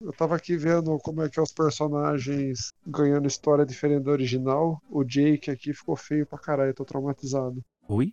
Eu tava aqui vendo como é que é os personagens ganhando história diferente do original. O Jake aqui ficou feio pra caralho, tô traumatizado. Oi?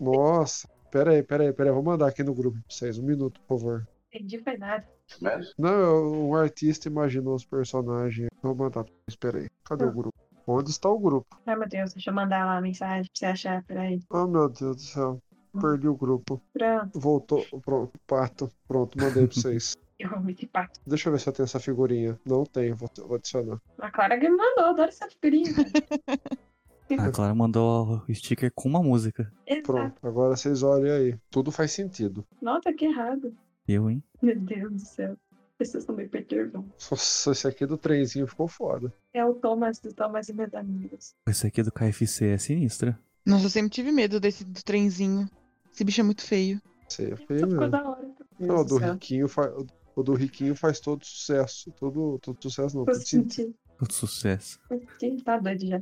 Nossa, pera aí, pera aí, pera aí. Vou mandar aqui no grupo pra vocês. Um minuto, por favor. Entendi, foi nada. Mas, Não, eu- um artista imaginou os personagens. Vou mandar pra vocês, pera aí. Cadê o grupo? Onde está o grupo? Ai, meu Deus, deixa eu mandar lá a mensagem pra você achar. Peraí. Oh, meu Deus do céu. Perdi o grupo. Pronto, Voltou. Pronto, pato. Pronto, mandei pra vocês. eu vou muito impacto. Deixa eu ver se eu tenho essa figurinha. Não tenho, vou, vou adicionar. A Clara que me mandou, adoro essa figurinha. A Clara mandou o sticker com uma música. Exato. Pronto, agora vocês olhem aí. Tudo faz sentido. Nossa, que errado. Eu, hein? Meu Deus do céu. Pessoas estão meio perturbam. Nossa, esse aqui do trenzinho ficou foda. É o Thomas do Thomas e meus amigos. Esse aqui do KFC é sinistra. Nossa, eu sempre tive medo desse do trenzinho. Esse bicho é muito feio. Esse é Só feio ficou mesmo. da hora. Meu Deus Não, o do céu. riquinho faz. O do riquinho faz todo sucesso. Todo, todo sucesso não. Tô Todo sentido. sentindo. Todo sucesso. Quem tá doido já?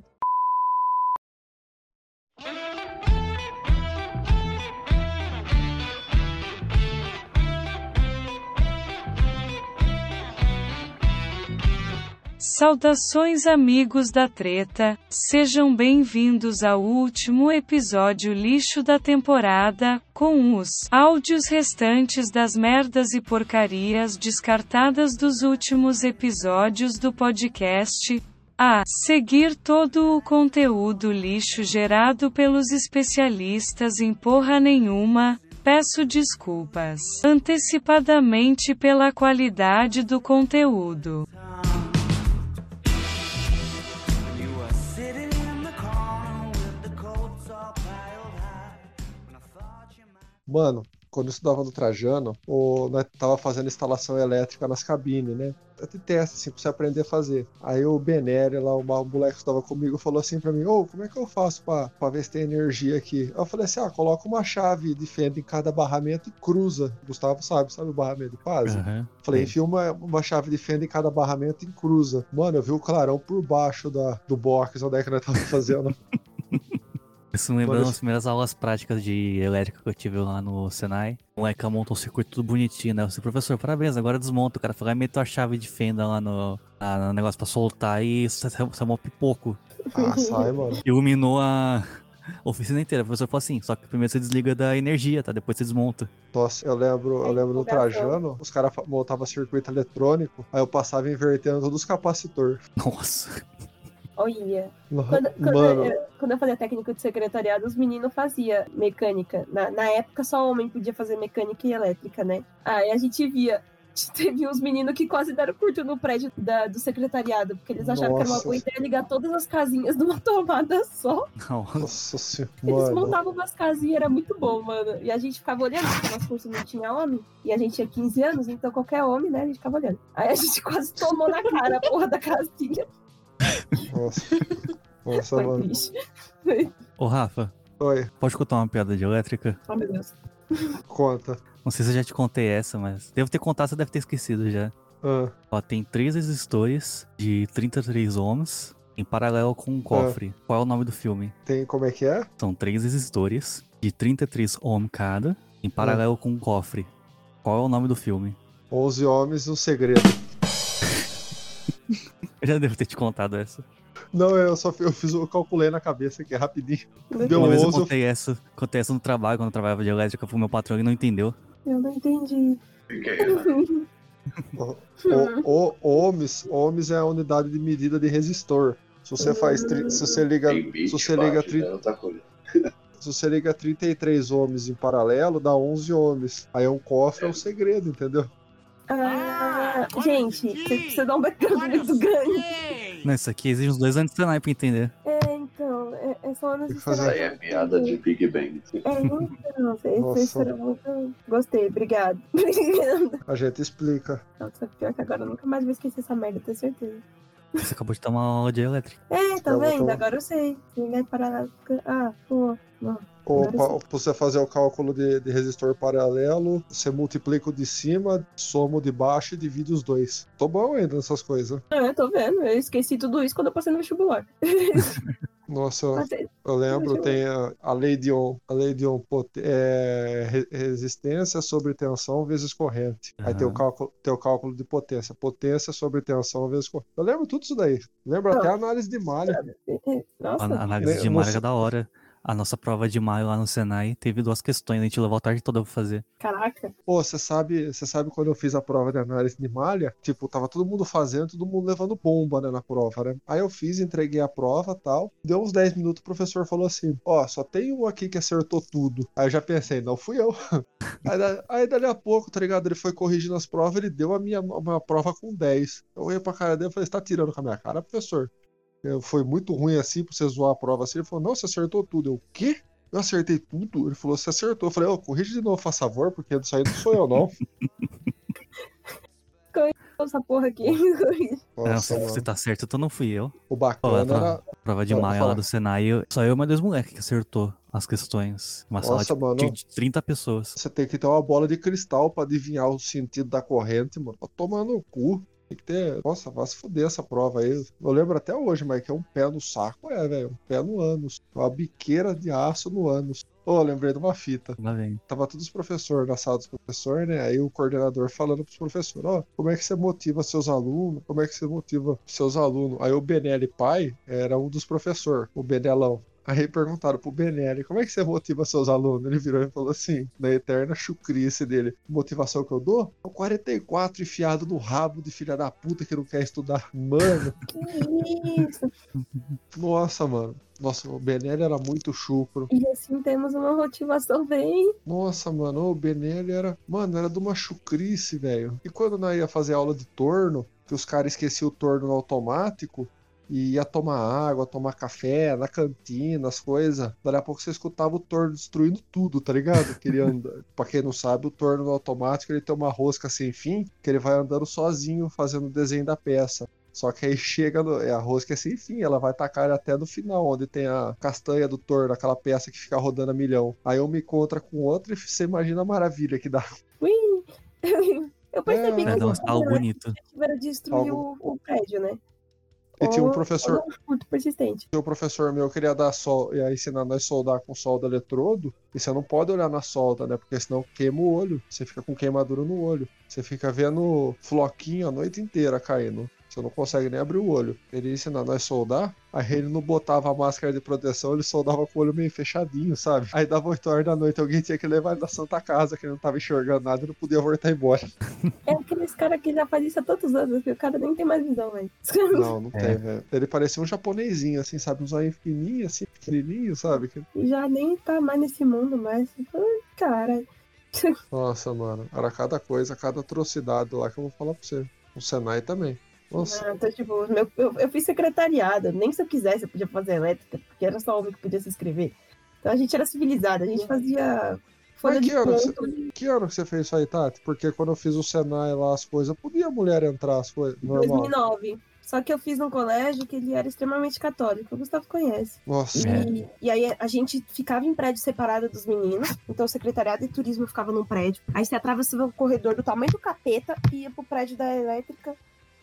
Saudações, amigos da treta, sejam bem-vindos ao último episódio lixo da temporada, com os áudios restantes das merdas e porcarias descartadas dos últimos episódios do podcast. A seguir todo o conteúdo lixo gerado pelos especialistas em porra nenhuma, peço desculpas antecipadamente pela qualidade do conteúdo. You were sitting in the corner with the coats all piled high. When I thought you might. Mano, quando eu estudava no Trajano, o, nós tava fazendo instalação elétrica nas cabines, né? Até teste, assim, pra você aprender a fazer. Aí o Benere, lá, o ma- o moleque que estudava comigo, falou assim pra mim, ô, como é que eu faço pra, pra ver se tem energia aqui? Eu falei assim, ah, coloca uma chave de fenda em cada barramento e cruza. O Gustavo sabe, sabe o barramento de paz? Aham. Falei, É. enfia uma, uma chave de fenda em cada barramento e cruza. Mano, eu vi o clarão por baixo da, do box, onde é que nós tava fazendo. Isso me lembra Olha- das primeiras aulas práticas de elétrica que eu tive lá no Senai. O moleque monta um circuito tudo bonitinho, né? Eu falei, professor, parabéns, agora desmonta. O cara foi lá e meteu a chave de fenda lá no, lá no negócio pra soltar e sa- sa- saiu um pipoco. ah, sai, mano. Iluminou a oficina inteira. O professor falou assim, só que primeiro você desliga da energia, tá? Depois você desmonta. Nossa, eu lembro, É eu lembro no empolgação. Trajano, os caras fa- montavam circuito eletrônico, aí eu passava invertendo todos os capacitores. Nossa. Olha. No- Quando, quando Mano, eu, quando eu fazia técnico de secretariado, os meninos faziam mecânica. Na, na época, só homem podia fazer mecânica e elétrica, né? Aí a gente via. Teve uns meninos que quase deram curto no prédio da- do secretariado, porque eles acharam que era uma Nossa. boa ideia ligar todas as casinhas numa tomada só. Nossa. nossa senhora. Eles Mano, montavam umas casinhas, era muito bom, mano. E a gente ficava olhando, porque nosso curso não tinha homem, e a gente tinha 15 anos, então qualquer homem, né, a gente ficava olhando. Aí a gente quase tomou na cara a porra da casinha. nossa. Nossa, Foi mano. triste. Ô, Rafa, Oi, pode contar uma piada de elétrica? Oh, meu Deus. conta. Não sei se eu já te contei essa, mas... Devo ter contado, você deve ter esquecido já. Ah, Ó, tem três resistores de 33 ohms em paralelo com um cofre. Qual é o nome do filme? tem como é que é? São três resistores de 33 ohm cada em paralelo com um cofre. Qual é o nome do filme? 11 homens e um segredo. Eu já devo ter te contado essa. Não, eu só fi- eu fiz, eu calculei na cabeça aqui rapidinho. Deu Uma vez eu 11. eu- contei essa, contei essa no trabalho, quando eu trabalhava de elétrica pro meu patrão e não entendeu. Eu não entendi. Hum, fiquei. O, o, ohms, ohms é a unidade de medida de resistor. Se você faz, tri- se você liga, Tem beat, se você bate, liga tri- né, outra coisa. Se você liga 33 homens em paralelo, dá 11 homens. Aí é um cofre, é um segredo, entendeu? Ah, gente, você precisa dar um background muito grande. Não, isso aqui exige uns dois anos de Senai pra entender. É, então, é, é só anos Tem que de fazer- Isso aí é piada de Big Bang. É, então, Nossa. vocês foram muito. Gostei, obrigado. Obrigada. A gente explica. Nossa, pior que agora eu nunca mais vou esquecer essa merda, tenho certeza. Você acabou de tomar uma aula de elétrica. É, tá Eu vou vendo? tomar- Agora eu sei. Ninguém parar Ah, pô. Não. Ou Agora pa- pra você fazer o cálculo de, de resistor paralelo, você multiplica o de cima, soma o de baixo e divide os dois. Tô bom ainda nessas coisas. Ah, eu tô vendo. Eu esqueci tudo isso quando eu passei no vestibular. Nossa, Mas eu lembro, tem a, a lei de Ohm. A lei de Ohm pot- é re- resistência sobre tensão vezes corrente. Aí tem o Aham. cálculo, tem o cálculo de potência. Potência sobre tensão vezes corrente. Eu lembro tudo isso daí. Lembro até a análise de malha. A é, Nossa, a análise Eu de não maio sei- era da hora. A nossa prova de maio lá no Senai teve duas questões, né, a gente levou a tarde toda pra fazer. caraca. Pô, você sabe, você sabe quando eu fiz a prova de análise de malha? Tipo, tava todo mundo fazendo, todo mundo levando bomba, né, na prova, né? Aí eu fiz, entreguei a prova tal. Deu uns 10 minutos, o professor falou assim: Ó, só tem um aqui que acertou tudo. Aí eu já pensei, não fui eu. Aí, da- aí dali a pouco, tá ligado? Ele foi corrigindo as provas, ele deu a minha, a minha prova com 10. Eu olhei pra cara dele e falei: Você tá tirando com a minha cara, professor? Eu, foi muito ruim assim pra você zoar a prova assim. Ele falou: Não, você acertou tudo. Eu, o quê? Eu acertei tudo. Ele falou, você acertou. Eu falei, ô, corrige de novo, faz favor, porque isso aí não sou eu, não. Essa porra aqui. Não, Nossa, se mano. você tá certo, então não fui eu. O Ó, bacana ela era. tava- Prova de Pode maio falar. lá do Senai, eu- só eu e mais dois moleques que acertou as questões. Uma sala Nossa, tipo, mano. de, de 30 pessoas. Você tem que ter uma bola de cristal pra adivinhar o sentido da corrente, mano. Tá tomando o cu. Tem que ter. Nossa, vai se fuder essa prova aí. Eu lembro até hoje, mas que é um pé no saco, é, velho. Um pé no ânus. Uma biqueira de aço no ânus. Ô, lembrei de uma fita. Lá vem. Tava todos os professores na sala dos professores, né? Aí o coordenador falando pros professores, ó, como é que você motiva seus alunos? Como é que você motiva seus alunos? Aí o Benelli pai era um dos professores, o Benelão. Aí perguntaram pro Benelli, como é que você motiva seus alunos? Ele virou e falou assim, na eterna chucrice dele, motivação que eu dou? É o 44 enfiado no rabo de filha da puta que não quer estudar. Mano, Que isso? nossa, mano. Nossa, o Benelli era muito chucro. E assim temos uma motivação bem. Nossa, mano, o Benelli era. Mano, era de uma chucrice, velho. E quando nós ia fazer aula de torno, que os caras esqueciam o torno no automático e ia tomar água, tomar café, na cantina, as coisas. Daí a pouco você escutava o torno destruindo tudo, tá ligado? Que ele anda. pra quem não sabe, o torno no automático ele tem uma rosca sem fim, que ele vai andando sozinho fazendo o desenho da peça. Só que aí chega, no, é, a rosca é sem fim, ela vai tacar ele até no final, onde tem a castanha do torno, aquela peça que fica rodando a milhão. Aí um me encontra com outro e você imagina a maravilha que dá. Ui! Eu percebi É, É, que dá um eles estalo bonito. tiveram de destruir o, o prédio, né? E tinha um Ou- professor, ou não, Muito persistente. tinha um professor meu que queria dar sol, ia ensinar nós a soldar com solda eletrodo, e você não pode olhar na solda, né? Porque senão queima o olho, você fica com queimadura no olho. Você fica vendo floquinho a noite inteira caindo. Você não consegue nem abrir o olho. Ele ia ensinar nós a soldar, aí ele não botava a máscara de proteção, ele soldava com o olho meio fechadinho, sabe? Aí dava 8 horas da noite, alguém tinha que levar ele da Santa Casa, que ele não tava enxergando nada e não podia voltar embora. É aqueles caras que já fazem isso há tantos anos, que o cara nem tem mais visão, velho. Não, não É. tem, velho. Ele parecia um japonesinho, assim, sabe? Um zoinho fininho, assim, pequenininho, sabe? Que Já nem tá mais nesse mundo, mas. Ai, Cara. Nossa, mano, era cada coisa, cada atrocidade lá que eu vou falar pra você. O Senai também. Nossa, Ah, Então, tipo, meu- eu, eu fiz secretariado. Nem se eu quisesse eu podia fazer elétrica, porque era só homem que podia se inscrever. Então a gente era civilizado, a gente fazia folha Mas de que ano ponto. que ano que você fez isso aí, Tati? Porque quando eu fiz o Senai lá, as coisas, podia a mulher entrar, as coisas, normal. 2009. Só que eu fiz num colégio que ele era extremamente católico, o Gustavo conhece. Nossa, E, e aí a gente ficava em prédio separado dos meninos, então o secretariado e turismo ficava num prédio. Aí você atravessava o corredor do tamanho do capeta e ia pro prédio da elétrica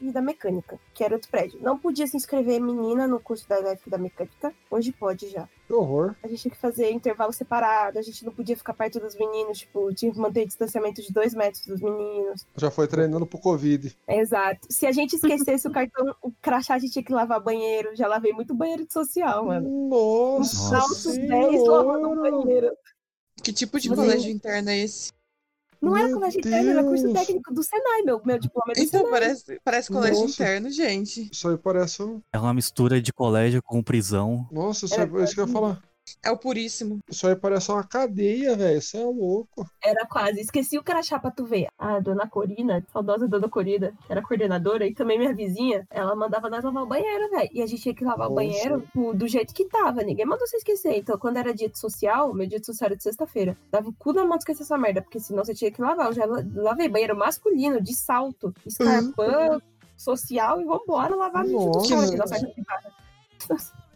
e da mecânica, que era outro prédio. Não podia se inscrever menina no curso da elétrica e da mecânica, hoje pode já. que horror. A gente tinha que fazer intervalo separado, a gente não podia ficar perto dos meninos, tipo, tinha que manter distanciamento de dois metros dos meninos. Já foi treinando pro Covid. Exato. Se a gente esquecesse o cartão, o crachá, a gente tinha que lavar banheiro. Já lavei muito banheiro de social, mano. Nossa, Altos 10 lavando senhora. banheiro. Que tipo de Meu colégio interno é esse? Não é era Meu colégio interno, era curso Deus. técnico do Senai, meu, meu diploma é do Então Senai. parece, parece colégio Nossa. interno, gente. Isso aí parece um... É uma mistura de colégio com prisão. Nossa, isso, aí, Era isso que eu ia falar. É o puríssimo. Isso aí parece uma cadeia, velho. Isso é louco. Era quase. Esqueci o crachá pra tu ver. A dona Corina, saudosa dona Corina, era coordenadora e também minha vizinha, ela mandava nós lavar o banheiro, velho. E a gente tinha que lavar o Nossa. banheiro do- do jeito que tava. Ninguém mandou você esquecer. Então, quando era dia de social, meu dia de social era de sexta-feira. Dava o cu na mão de esquecer essa merda, porque senão você tinha que lavar. Eu já la- lavei banheiro masculino, de salto, escarpão, social e vambora lavar no Nossa. dia do cara, que nós saímos de casa.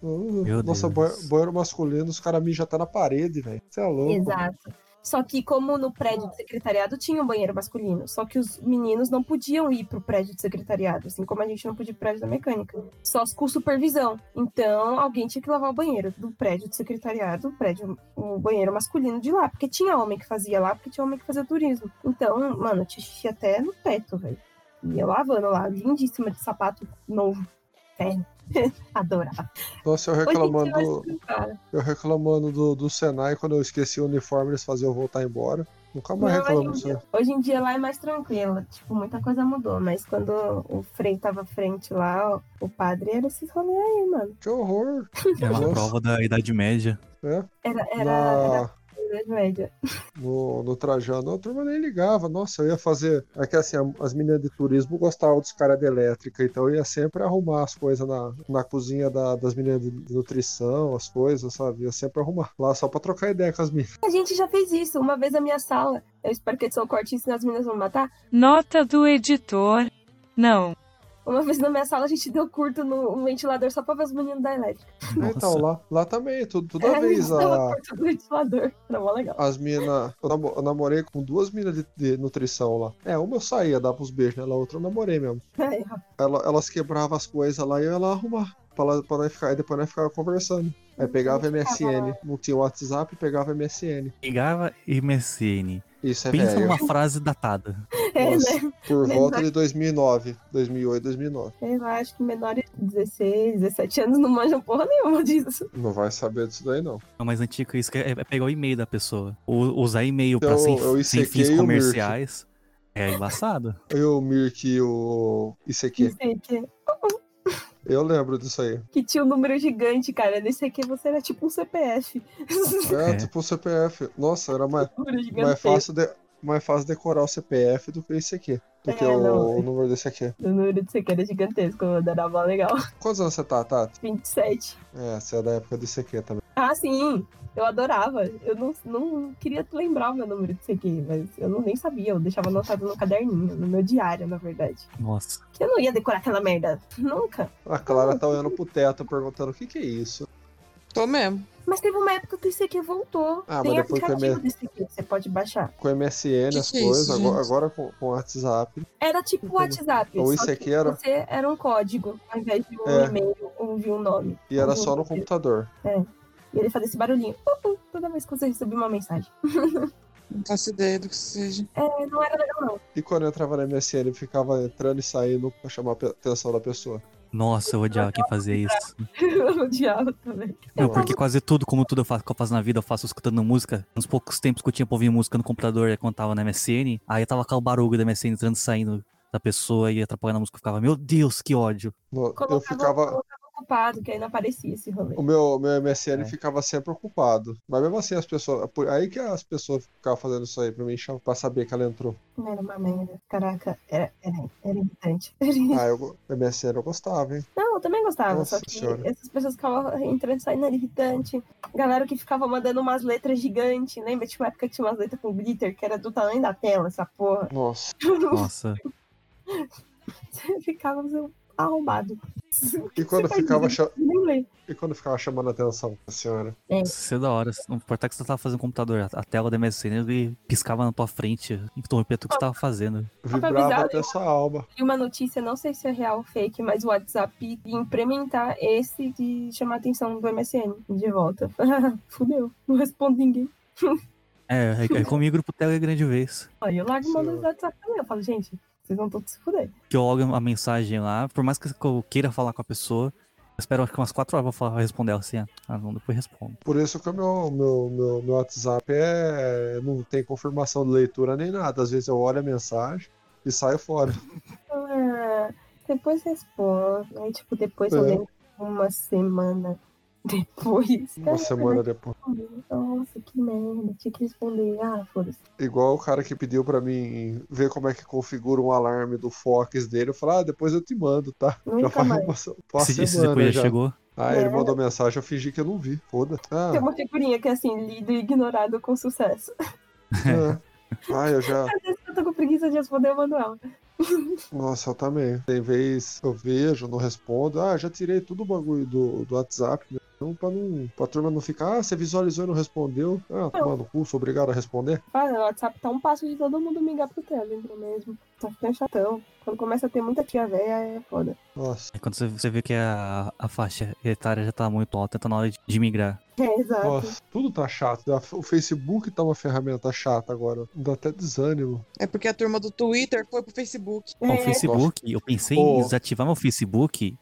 Uh, Meu Nossa, Deus. banheiro masculino, os caras mijam até na parede, velho. Isso é louco. Exato. Só que, como no prédio de secretariado tinha um banheiro masculino, só que os meninos não podiam ir pro prédio de secretariado, assim como a gente não podia ir pro prédio da mecânica. Só com supervisão. Então, alguém tinha que lavar o banheiro do prédio de secretariado, o prédio, o banheiro masculino de lá, porque tinha homem que fazia lá, porque tinha homem que fazia turismo. Então, mano, tinha xixi até no teto, velho. Ia lavando lá, lindíssima de sapato novo. Ferro. Adorava. Nossa, eu Hoje em dia reclamando. eu acho que não para. Eu reclamando do, do Senai, quando eu esqueci o uniforme, eles faziam eu voltar embora. Nunca mais Não, reclamo hoje, disso. em aí. dia, hoje em dia lá é mais tranquilo. Tipo, muita coisa mudou. Mas quando o Frei tava à frente lá, o- o padre era esses rolê aí, mano. Que horror! É uma Nossa. prova da Idade Média. Né? Era, era, era Na, Idade Média. no, no Trajano, a turma nem ligava. Nossa, eu ia fazer. É que assim, a- as meninas de turismo gostavam dos caras de elétrica, então eu ia sempre arrumar as coisas na, na cozinha da- das meninas de, de nutrição, as coisas, sabe? Ia sempre arrumar lá só pra trocar ideia com as meninas. A gente já fez isso. Uma vez na minha sala, eu espero que edição corte isso, senão as meninas vão me matar. Nota do editor. Não. Uma vez na minha sala, a gente deu curto no no ventilador só pra ver os meninos da elétrica. Então, Nossa. lá, lá também, tu- toda É, vez a gente a. dava curto no ventilador. Era mó legal. As minas. Eu, namo- eu namorei com duas minas de, de nutrição lá. É, uma eu saía, dava uns beijos nela, a outra eu namorei mesmo. Aí, rapaz, Ela- elas quebravam as coisas lá e eu ia lá arrumar. Pra, lá- pra nós ficar, aí depois nós ficava conversando. Aí pegava MSN, não tinha WhatsApp, pegava MSN. Ligava MSN. Isso é Pensa velho. numa frase datada. É, Nossa, né? Por Menor. volta de 2009, 2008, 2009. Sei lá, acho que menores de 16, 17 anos não manjam porra nenhuma disso. Não vai saber disso daí não. É o mais antigo isso que é, é pegar o e-mail da pessoa. U- usar e-mail pra Eu- sem, Então, eu sem ICQ fins e o comerciais. É embaçado. Eu, o Mirk e o Não Iseki. sei o quê. Eu lembro disso aí. que tinha um número gigante, cara. Nesse aqui você era tipo um CPF. É, É. tipo o CPF. Nossa, era mais, Um número mais, gigantesco. é fácil de, mais fácil decorar o CPF do que o ICQ. Do É, que o, não. o número desse aqui. O Um número de CQ era gigantesco, mano, era mó legal. Quantos anos você tá, Tati? 27. É, você é da época do ICQ também. Ah, sim, eu adorava. Eu não, não queria lembrar o meu número de CQ, mas eu não, nem sabia. Eu deixava anotado no caderninho, no meu diário, na verdade. Nossa. Que eu não ia decorar aquela merda. Nunca. A Clara tá olhando pro teto perguntando o que que é isso. Tô mesmo. Mas teve uma época que o ICQ voltou. Ah, Tem mas depois que eu aplicativo do ICQ, você pode baixar. Com MSN, Que as que é coisas, isso, agora, gente? agora com, com WhatsApp. Era tipo o WhatsApp. Ou só ICQ que era- Você era um código, ao invés de um É. e-mail ou de um nome. E era só no computador. computador. E ele fazia esse barulhinho uh, uh, toda vez que você recebia uma mensagem. Não faço ideia do que seja. É, não era legal, não. E quando eu entrava na MSN, eu ficava entrando e saindo pra chamar a pe- atenção da pessoa. Nossa, eu odiava quem fazia isso. Eu odiava também. Não, Então, porque quase tudo, como tudo eu faço, que eu faço na vida, eu faço escutando música. Nos poucos tempos que eu tinha pra ouvir música no computador, é quando tava na MSN, aí eu tava com o barulho da MSN entrando e saindo da pessoa e atrapalhando a música. Eu ficava, meu Deus, que ódio. No- eu Colocava, ficava. colocava ocupado, que aí não aparecia esse rolê. O meu, meu MSN É. ficava sempre ocupado. Mas mesmo assim, as pessoas. por- Aí que as pessoas ficavam fazendo isso aí pra mim, cham- pra saber que ela entrou. Não era uma merda. Caraca, era, era, era irritante. Era irritante. Ah, eu, go- MSN eu gostava, hein? Não, eu também gostava, Nossa só que Senhora. essas pessoas que ficavam entrando e saindo era irritante. Galera que ficava mandando umas letras gigantes, lembra? Tinha uma época que tinha umas letras com glitter, que era do tamanho da tela, essa porra. Nossa. Nossa. Você ficava assim, arrombado. E quando Você ficava, faz cha- isso? Nem lembro. e quando ficava chamando a atenção da senhora? Isso é da hora. Não importa o que você tava fazendo no computador, a- a tela da MSN ele piscava na tua frente, interrompendo o que você tava fazendo. Vibrava avisar, até sua alma. li uma notícia, não sei se é real ou fake, mas o WhatsApp ia implementar esse de chamar a atenção do MSN de volta. Fudeu, não respondo ninguém. É, é, é comigo pro Telegram de vez. Aí eu largo e mando o Senhor. WhatsApp também. Eu falo, gente, vocês vão todos se fuder. Que eu olho a mensagem lá, por mais que eu queira falar com a pessoa, eu espero acho que umas quatro horas pra falar- pra responder ela assim. ah, Ah, não, depois respondo. Por isso que o meu, meu, meu, meu WhatsApp é... não tem confirmação de leitura nem nada. Às vezes eu olho a mensagem e saio fora. Ah, depois respondo. Aí, tipo, depois eu É. lembro uma semana depois. Uma semana né? depois. Nossa, que merda. Tinha que responder. Ah, foda-se. Igual o cara que pediu pra mim ver como é que configura um alarme do Fox dele. Eu falei, ah, depois eu te mando, tá? já Nunca faz mais. uma, se- uma Esse, esse semana depois já é já. chegou. Ah, ele É. mandou mensagem, eu fingi que eu não vi. Foda. Ah, Tem uma figurinha que é assim, lido e ignorado com sucesso. é. ah, eu já... Às vezes eu tô com preguiça de responder o manual. Nossa, eu também. Tem vez eu vejo, não respondo. Ah, já tirei tudo o bagulho do, do WhatsApp. né? Então, pra, não, pra turma não ficar, ah, você visualizou e não respondeu. Ah, tomar no cu, sou obrigado a responder. Fala, o WhatsApp tá um passo de todo mundo mingar pro Telegram mesmo. Tá ficando chatão. Quando começa a ter muita tia velha, é foda. Nossa. É quando você, você vê que a, a faixa etária já tá muito alta, tá na hora de, de migrar. É, exato. Nossa, tudo tá chato. O Facebook tá uma ferramenta chata agora. Dá até desânimo. É porque a turma do Twitter foi pro Facebook. Ó, o É, Facebook, eu pensei Ô. em desativar meu Facebook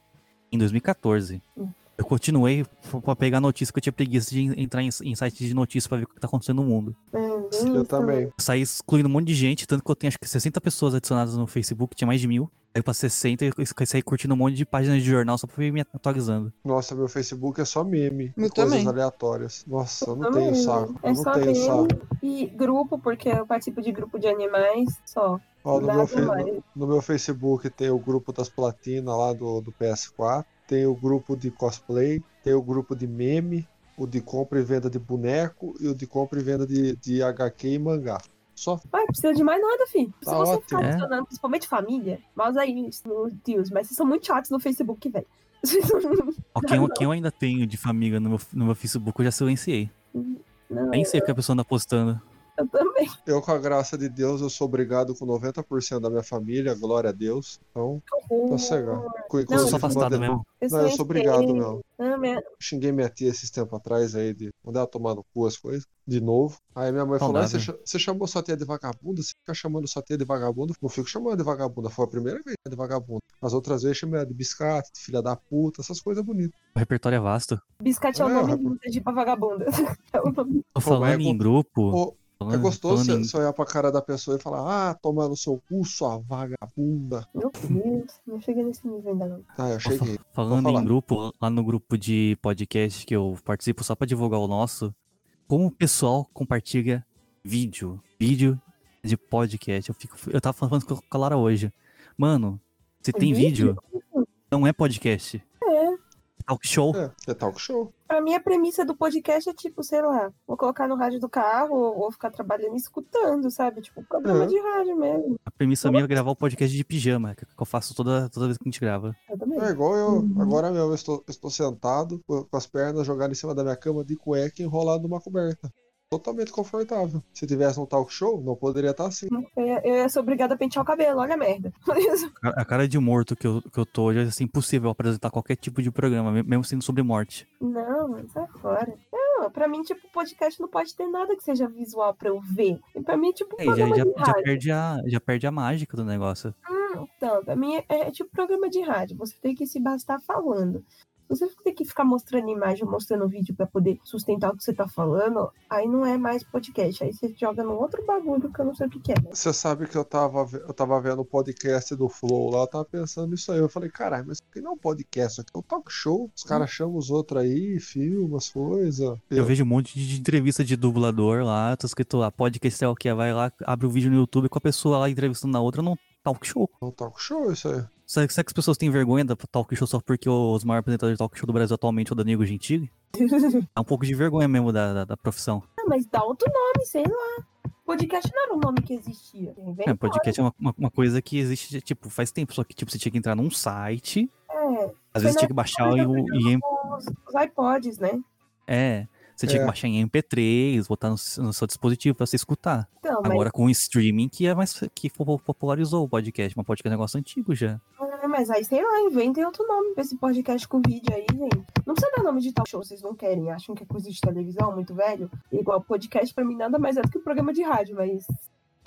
em 2014. Hum. Eu continuei f- pra pegar notícia que eu tinha preguiça de en- entrar em, em sites de notícia pra ver o que tá acontecendo no mundo. é, Eu isso. também. Eu saí excluindo um monte de gente, tanto que eu tenho acho que 60 pessoas adicionadas no Facebook, tinha mais de mil. Aí pra 60 e eu eu saí curtindo um monte de páginas de jornal só pra ir me atualizando. Nossa, meu Facebook é só meme. Eu e coisas também. aleatórias. Nossa, eu não Eu tenho também. saco. É eu não só tenho meme. saco. E grupo, porque eu participo de grupo de animais só. Ó, no, Nada meu, fe- mais. no meu Facebook tem o grupo das platinas lá do, do PS4. Tem o grupo de cosplay. Tem o grupo de meme. O de compra e venda de boneco. E o de compra e venda de, de HQ e mangá. Só Mas precisa de mais nada, filho. Se Tá você ótimo. ficar É. adicionando, principalmente família, mas aí, meu Deus, mas vocês são muito chatos no Facebook, velho. Vocês não- Ó, quem, eu- quem eu ainda tenho de família no meu, no meu Facebook eu já silenciei. Não, Nem sei o que a pessoa anda postando. eu também. Eu, com a graça de Deus, eu sou obrigado com 90% da minha família, glória a Deus. Então, tá cegado. Com- Uhum. Eu sou Não, inclusive, só afastado mandei- mesmo. Não, eu sou obrigado, meu. Ah, minha... Xinguei minha tia esses tempos atrás aí de mandar ela tomar no cu as coisas, de novo. Aí minha mãe falou: "Ah, você Saudável. cha- você chamou sua tia de vagabunda? Você fica chamando sua tia de vagabunda? Não fico chamando de vagabunda. Foi a primeira vez de vagabunda. As outras vezes chamei ela de biscate, de filha da puta, essas coisas bonitas. O repertório é vasto. Biscate é o É, nome rapaz. de- de pra vagabunda. É o nome. Tô Pô, mas é falando em go- grupo. Pô, falando- é gostoso falando em- você você olhar pra cara da pessoa e falar: ah, tomar no seu cu, sua vagabunda. Meu Deus, não cheguei nesse nível ainda não. Tá, eu cheguei. Falando falar. em grupo, lá no grupo de podcast que eu participo só pra divulgar o nosso, como o pessoal compartilha vídeo, vídeo de podcast. Eu, fico, eu tava falando com a Lara hoje. Mano, se tem vídeo, não é podcast. É. Talk show. É, é talk show. Pra mim, a premissa do podcast é tipo, sei lá, vou colocar no rádio do carro ou vou ficar trabalhando e escutando, sabe? Tipo, programa É. de rádio mesmo. A premissa minha é gravar o podcast de pijama, que que eu faço toda, toda vez que a gente grava. Eu também. É igual eu, agora mesmo, eu estou, estou sentado co- com as pernas jogadas em cima da minha cama de cueca enrolado numa coberta. Totalmente confortável. Se tivesse um talk show, não poderia estar assim. Eu ia, eu ia ser obrigada a pentear o cabelo, olha a merda. A a cara de morto que eu, que eu tô hoje é assim, impossível apresentar qualquer tipo de programa, me- mesmo sendo sobre morte. Não, mas sai fora. Não, pra mim, tipo, podcast não pode ter nada que seja visual pra eu ver. E pra mim, é tipo, um É, e já, programa já, de já rádio. perde a, já perde a mágica do negócio. Então, pra mim, é, é tipo programa de rádio. Você tem que se bastar falando. Você tem que ficar mostrando imagem, mostrando vídeo pra poder sustentar o que você tá falando. Aí não é mais podcast. Aí você joga num outro bagulho que eu não sei o que, que é. né? Você sabe que eu tava, ve- eu tava vendo o podcast do Flow lá, eu tava pensando nisso aí. Eu falei, caralho, mas isso aqui não é um podcast, isso aqui é um talk show. Os caras chamam os outros aí, filmam as coisas. Eu vejo um monte de entrevista de dublador lá, tá escrito lá, podcast é o que vai lá, abre o vídeo no YouTube com a pessoa lá entrevistando na outra, não talk show. É um talk show isso aí. Será, será que as pessoas têm vergonha da talk show só porque os maiores apresentadores de talk show do Brasil atualmente é o Danilo Gentili? Dá um pouco de vergonha mesmo da, da, da profissão. Ah, mas dá outro nome, sei lá. Podcast não era um nome que existia. Inventaram. É, podcast é uma, uma- uma coisa que existe, tipo, faz tempo, só que tipo, você tinha que entrar num site, É, às Foi vezes na tinha que baixar em, um- em os, os iPods, né? É. Você tinha É. que baixar em MP3, botar no, s- no seu dispositivo pra você escutar. Então, mas, Agora com o streaming que é mais que po- popularizou o podcast, mas podcast é um negócio antigo já. ah, mas aí, sei lá, inventem outro nome pra esse podcast com vídeo aí, gente. Não precisa dar nome de talk show, vocês não querem. Acham que é coisa de televisão, muito velho. Igual podcast, pra mim, nada mais é do que um programa de rádio, mas,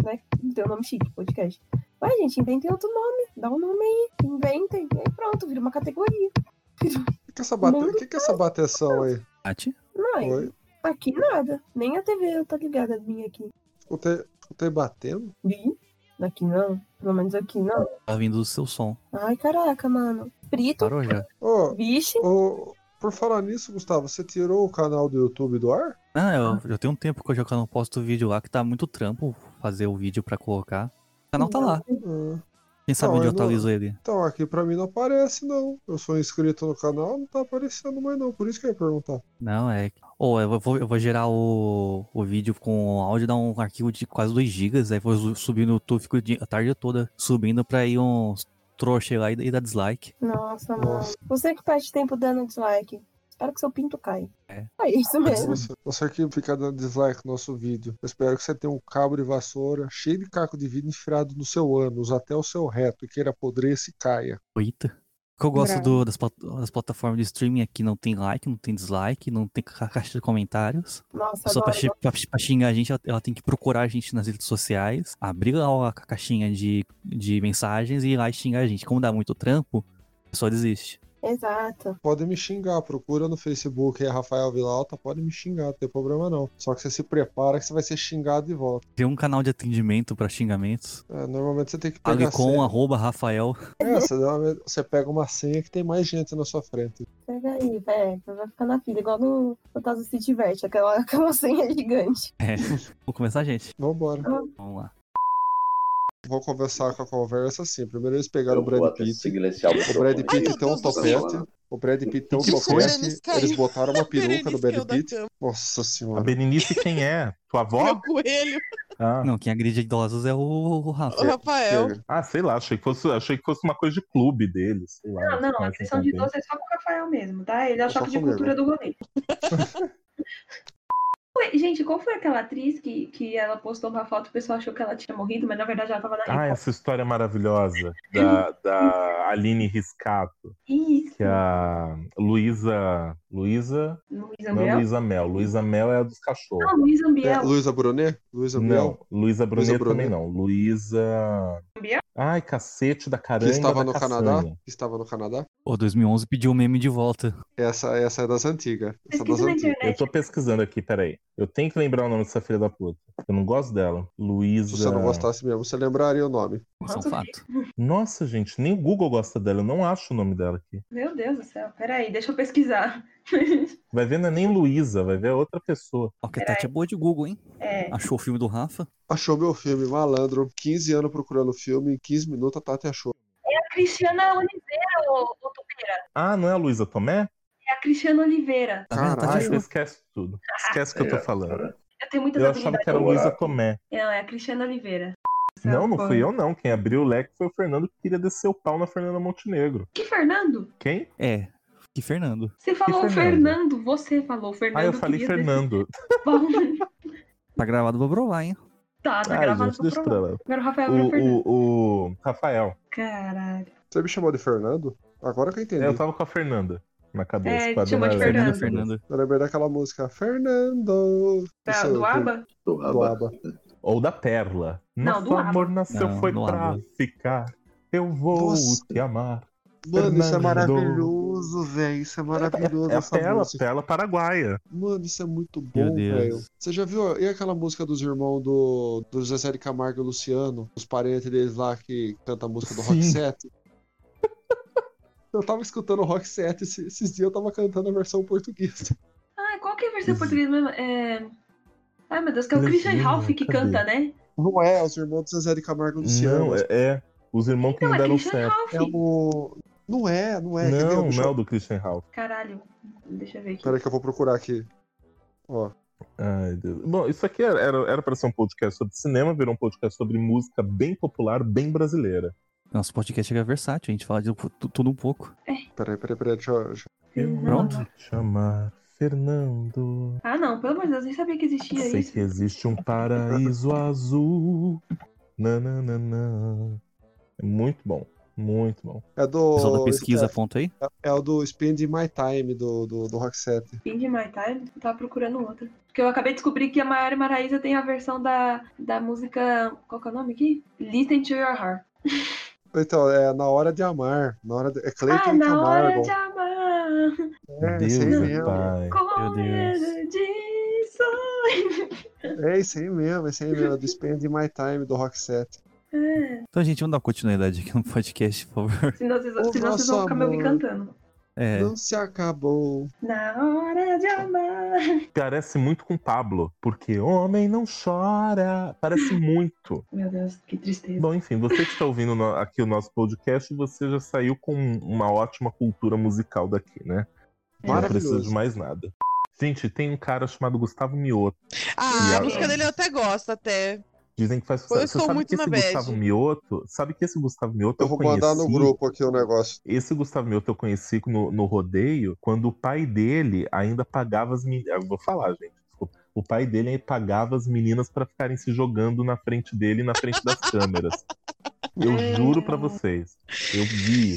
né? Não tem um nome chique, podcast. Vai, gente, inventem outro nome. Dá um nome aí, inventem. E aí pronto, vira uma categoria. O que, é essa bate... Não o que que é essa bateção aí? Tati? Mas, Oi? aqui nada. Nem a TV tá ligada minha aqui. Escutei, escutei batendo? Ih, Aqui não. Pelo menos aqui não. Tá vindo o seu som. Ai, caraca, mano. Frito, Parou já. Ô, vixe. Ô, por falar nisso, Gustavo, você tirou o canal do YouTube do ar? Ah, eu, já tenho um tempo que eu já que eu não posto vídeo lá, que tá muito trampo fazer o vídeo pra colocar. O canal tá lá. Ah, Quem sabe Não, onde eu eu não- atualizo ele. Então, aqui pra mim não aparece, não. Eu sou um inscrito no canal, não tá aparecendo mais, não. Por isso que eu ia perguntar. Não, é. Ou eu vou, eu vou gerar o, o vídeo com o áudio, dar um arquivo de quase 2 GB, aí vou su- subir no YouTube, fico o dia- a tarde toda subindo pra ir uns trouxa lá e, e dar dislike. Nossa, mano. Nossa. Você que perde tempo dando dislike. espero que seu pinto caia. É. isso mesmo. Você, você que fica dando dislike no nosso vídeo, eu espero que você tenha um cabo de vassoura cheio de caco de vidro enfiado no seu ânus, até o seu reto, e queira apodreça e caia. Eita. O que eu gosto do- das, plat- das plataformas de streaming aqui não tem like, não tem dislike, não tem ca- caixa de comentários. Nossa, Só pra, adoro. xi- pra xi- pra xingar a gente, ela, ela tem que procurar a gente nas redes sociais, abrir lá a ca- caixinha de, de mensagens e ir lá e xingar a gente. Como dá muito trampo, o pessoal desiste. Exato. Podem me xingar, procura no Facebook aí, Rafael Vilauta, pode me xingar, não tem problema não. Só que você se prepara que você vai ser xingado de volta. Tem um canal de atendimento pra xingamentos. É, normalmente você tem que pegar Fale a com senha. arroba Rafael. É, você, normalmente você pega uma senha que tem mais gente na sua frente. Pega aí, velho. Vai ficar na fila, igual no Fantasma se diverte, aquela, aquela senha gigante. É. Vou começar, gente. Vambora. Vamos lá. Vou conversar com a conversa assim. Primeiro eles pegaram Eu o Brad vou até Pitt. silenciar o O Brad microfone Pitt dele. tem um Tá topete. zoando. O Brad Pitt tem um Isso, o topete. Berenice caiu. Eles botaram uma peruca do Berenice Brad caiu da Pitt. cama. Nossa A senhora. Berenice quem é? Tua avó? Meu coelho. Ah, Não, quem agride idosos é o, o Rafa. O Rafael. Chega. Ah, sei lá, achei que fosse, achei que fosse uma coisa de clube dele, sei lá. Não, não, Como a é que sessão de contém. doce é só com o Rafael mesmo, tá? Ele é o É só choque de comigo. cultura do rolê. Ué, Gente, qual foi aquela atriz que, que ela postou uma foto e o pessoal achou que ela tinha morrido, mas na verdade ela tava na é? Ah, Record? essa história maravilhosa da, Uhum. da Aline Riscato, Isso, que é a Luísa. Luísa. Luísa Não é Ambiel. Luísa Mel. Luísa Mel é a dos cachorros. Não, Luísa É, Ambiel. Luísa Brunet? Luísa Biel? Não, Luísa Brunet também Brunet. não. Luísa. Ambiel? Ai, cacete da Que caramba. estava da no caçanha. Canadá? Que estava no Canadá? Pô, 2011 pediu o meme de volta. Essa, essa é das antigas. Essa é das Pesquisa na antigas. Eu internet. tô né? pesquisando aqui, peraí. Eu tenho que lembrar o nome dessa filha da puta. Eu não gosto dela. Se Luísa. você não gostasse mesmo, você lembraria o nome. Isso é um Nossa, fato. Nossa, gente, nem o Google gosta dela. Eu não acho o nome dela aqui. Meu Deus do céu, peraí, deixa eu pesquisar. Vai ver, não é nem Luísa, vai ver é outra pessoa. Ó, que a Tati é boa de Google, hein? É, Achou o filme do Rafa? Achou meu filme, malandro. 15 anos procurando o filme, em 15 minutos a Tati achou. a Cristiana Oliveira, ô, ô, Topeira. Ah, não é a Luísa Tomé? É a Cristiana Oliveira. Tá vendo? Ah, Tati Caralho. então achou. esquece tudo. Esquece o É. que eu tô falando. Eu tenho muitas Eu achava habilidades. que era a Luísa Tomé. Não, é a Cristiana Oliveira. Não, não fui eu, não. Quem abriu o leque foi o Fernando que queria descer o pau na Fernanda Montenegro. Que Fernando? Quem? É. Que Fernando. Você falou Fernando? Fernando, você falou Fernando. Ah, eu falei queria dizer- Fernando. Tá gravado pra provar, hein? Tá, tá Ah, gravado gente, deixa pra provar. pra lá. Agora o Rafael virou Fernando. O, o, o Rafael. Caralho. Você me chamou de Fernando? Agora que eu entendi. É, Eu tava com a Fernanda na cabeça. É, com a chama de dona Fernando. Helena. Fernando. Eu lembrei daquela música. Fernando! Tá, Isso, é do ABA? Do Do Raba. Aba. Ou da Perla. Não, do Nosso Abba. amor nasceu, Não, foi do pra Abba. ficar. Eu vou Nossa. te amar. Mano, isso é Fernando. maravilhoso, velho. Isso é maravilhoso. É a essa Perla, música. Perla Paraguaia. Mano, isso é muito Meu bom, Deus. velho. Você já viu? E aquela música dos irmãos do, do José de Camargo e Luciano? Os parentes deles lá que canta a música do Rock Sim. 7? Eu tava escutando o Rock 7 esses, esses dias, eu tava cantando a versão portuguesa. Ah, qual que é a versão Isso. portuguesa mesmo? É... Ai, meu Deus, que é o Meu Christian Deus, Ralph que cadê? canta, né? Não é, os irmãos do José de Camargo e Luciano. Não, é, é. Os irmãos que Não, não é deram Christian um certo. Ralph. É o. Não é, não é. Quer ver? Não, Deixa não eu- é o do Christian Ralph. Caralho, deixa eu ver aqui. Pera aí que eu vou procurar aqui. Ó. Ai, Deus. Bom, isso aqui era, era, era pra ser um podcast sobre cinema, virou um podcast sobre música bem popular, bem brasileira. Nosso podcast é versátil, a gente fala de tu- tudo um pouco. Peraí, peraí, peraí. Deixa eu. deixa Eu Uhum. Pronto. vou te chamar Fernando. Ah, não, pelo amor de Deus, nem sabia que existia Sei isso. que existe um paraíso azul. Nananana. É muito bom, muito bom. eu- É do. Pessoal da pesquisa, aponta aí. É, é o do Spend My Time do, do, do Rock 7. Fim de My Time, eu tava procurando outra. Porque eu acabei de descobrir que a Maiara Maraíza tem a versão da, da música. Qual que é o nome aqui? Listen to Your Heart. Então, é na hora de amar. Na hora de... É Clayton ah, e na hora Camargo. de amar. É, Deus isso aí é mesmo. pai. Com Deus. medo de sonho. É isso aí mesmo, é isso aí mesmo. É do Spend My Time do Rock 7. É, Então, gente, vamos dar continuidade aqui no podcast, por favor. Senão vocês, O senão vocês vão nosso ficar me ouvindo amor. cantando. É, Não se acabou. Na hora de amar. Parece muito com Pablo, porque homem não chora. Parece muito. Meu Deus, que tristeza. Bom, enfim, você que está ouvindo no- aqui o nosso podcast, você já saiu com uma ótima cultura musical daqui, né? É, Não precisa de Maravilhoso. mais nada. Gente, tem um cara chamado Gustavo Mioto. Ah, E a a- música dele eu até gosto, até. Dizem que faz Eu sucesso. Você sou sabe muito que esse na bad. Gustavo Mioto, sabe que esse Gustavo Mioto eu, Eu vou conheci... mandar no grupo aqui o negócio. Esse Gustavo Mioto eu conheci no, no rodeio quando o pai dele ainda pagava as meninas. Eu vou falar, gente. desculpa. O pai dele aí pagava as meninas pra ficarem se jogando na frente dele e na frente das câmeras. Eu juro pra vocês. Eu vi.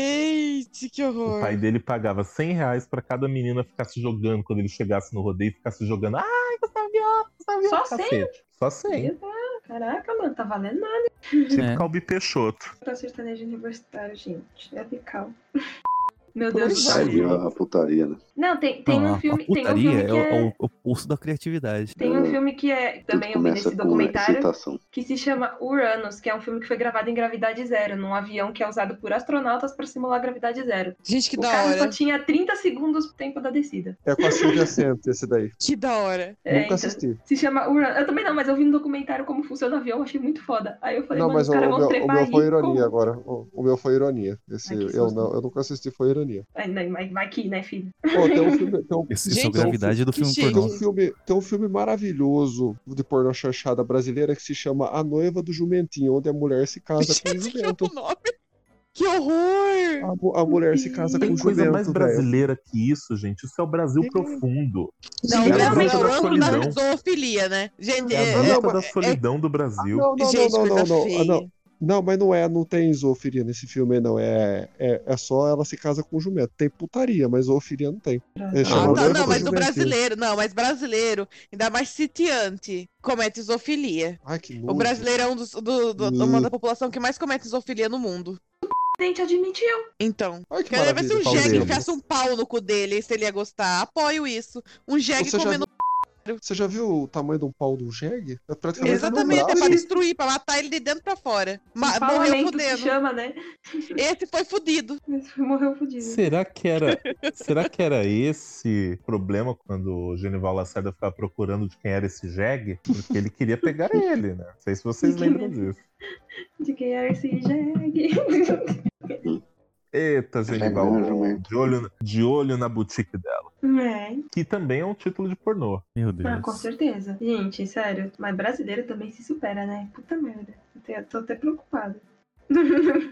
Gente, que horror. O pai dele pagava 100 reais pra cada menina ficar se jogando quando ele chegasse no rodeio e ficar se jogando. Ai, Gustavo Mioto, Gustavo Mioto. Só 100? cacete. Só 100. Ah, Caraca, mano, tá valendo nada. Tipo É. Calbi Peixoto. Tá sertanejo universitário, gente. É pical. Meu Deus do Poxa assim? céu. vida. Saiu a putaria, né? Não, tem, tem Não, um Ah, a- filme. A Tem um putaria filme que é, o- é. o, o pulso da criatividade. Tem um filme que é. Também eu Tudo vi nesse começa com documentário. tá? excitação. que se chama Uranus, que é um filme que foi gravado em gravidade zero, num avião que é usado por astronautas para simular gravidade zero. Gente, que o da cara só hora. tinha 30 segundos do tempo da descida. É com a Silvia Sente esse daí. Que da hora. É, Nunca então, assisti. Se chama Uranus. Eu também não, mas eu vi no documentário como funciona o avião, achei muito foda. Aí eu falei, não, mano, mas os o, caras o vão meu, o trepar meu ali. foi ironia como? agora. O, o meu foi ironia. Esse, Ai, que eu, susto. não, eu nunca assisti, foi ironia. Ai, não, mas vai que, né, filho? Pô, tem um filme, tem um, Isso, Gente, isso é a gravidade do que filme chique. tem pornô. um filme, tem um filme maravilhoso de pornô chanchada brasileira que se chama A Noiva do Jumentinho, onde a mulher se casa com o Gente, que jumento. outro nome. Que horror. A, mu- a mulher se casa com Tem o coisa mais jumento, velho. brasileira que isso, gente. Isso é o Brasil Tem. profundo. Não, Sim, não, mas é o da ângulo da solidão. zoofilia, né? Gente, É é, a não, volta mas- da solidão do Brasil. Não, não, gente, não, não, coisa não, não, feia. ah, não. Não, mas não é, não tem zoofilia nesse filme, aí, não. É, é, é só ela se casa com o jumento. Tem putaria, mas zoofilia não tem. Ele Ah, chama tá, noiva não, do mas o jumentinho. brasileiro, não, mas brasileiro, ainda mais sitiante, comete zoofilia. Ai, que O nojo. brasileiro é um dos, do- do- Hum. uma da população que mais comete zoofilia no mundo. Gente, admitiu. Então, Ai, que cara, vai ser um maravilha, jegue que Paulinho. enfiasse um pau no cu dele, se ele ia gostar. Apoio isso. Um jegue Você já comendo. Você já viu o tamanho de um pau de um jegue? É praticamente Exatamente, um é braço. pra destruir, pra matar ele de dentro pra fora. Ma- O morreu parlamento se fudendo. chama, né? Esse foi fudido. Esse filme Morreu fudido. Será que era, será que era esse problema quando o Genival Lacerda ficava procurando de quem era esse jegue? Porque ele queria pegar ele, né? Não sei se vocês lembram disso. De quem era esse jegue? Eita, Genival, de olho, de olho na boutique dela. é, Que também é um título de pornô. Meu Ah, com Deus. certeza. Gente, sério. Mas brasileiro também se supera, né? Puta merda. Eu te- tô até preocupada.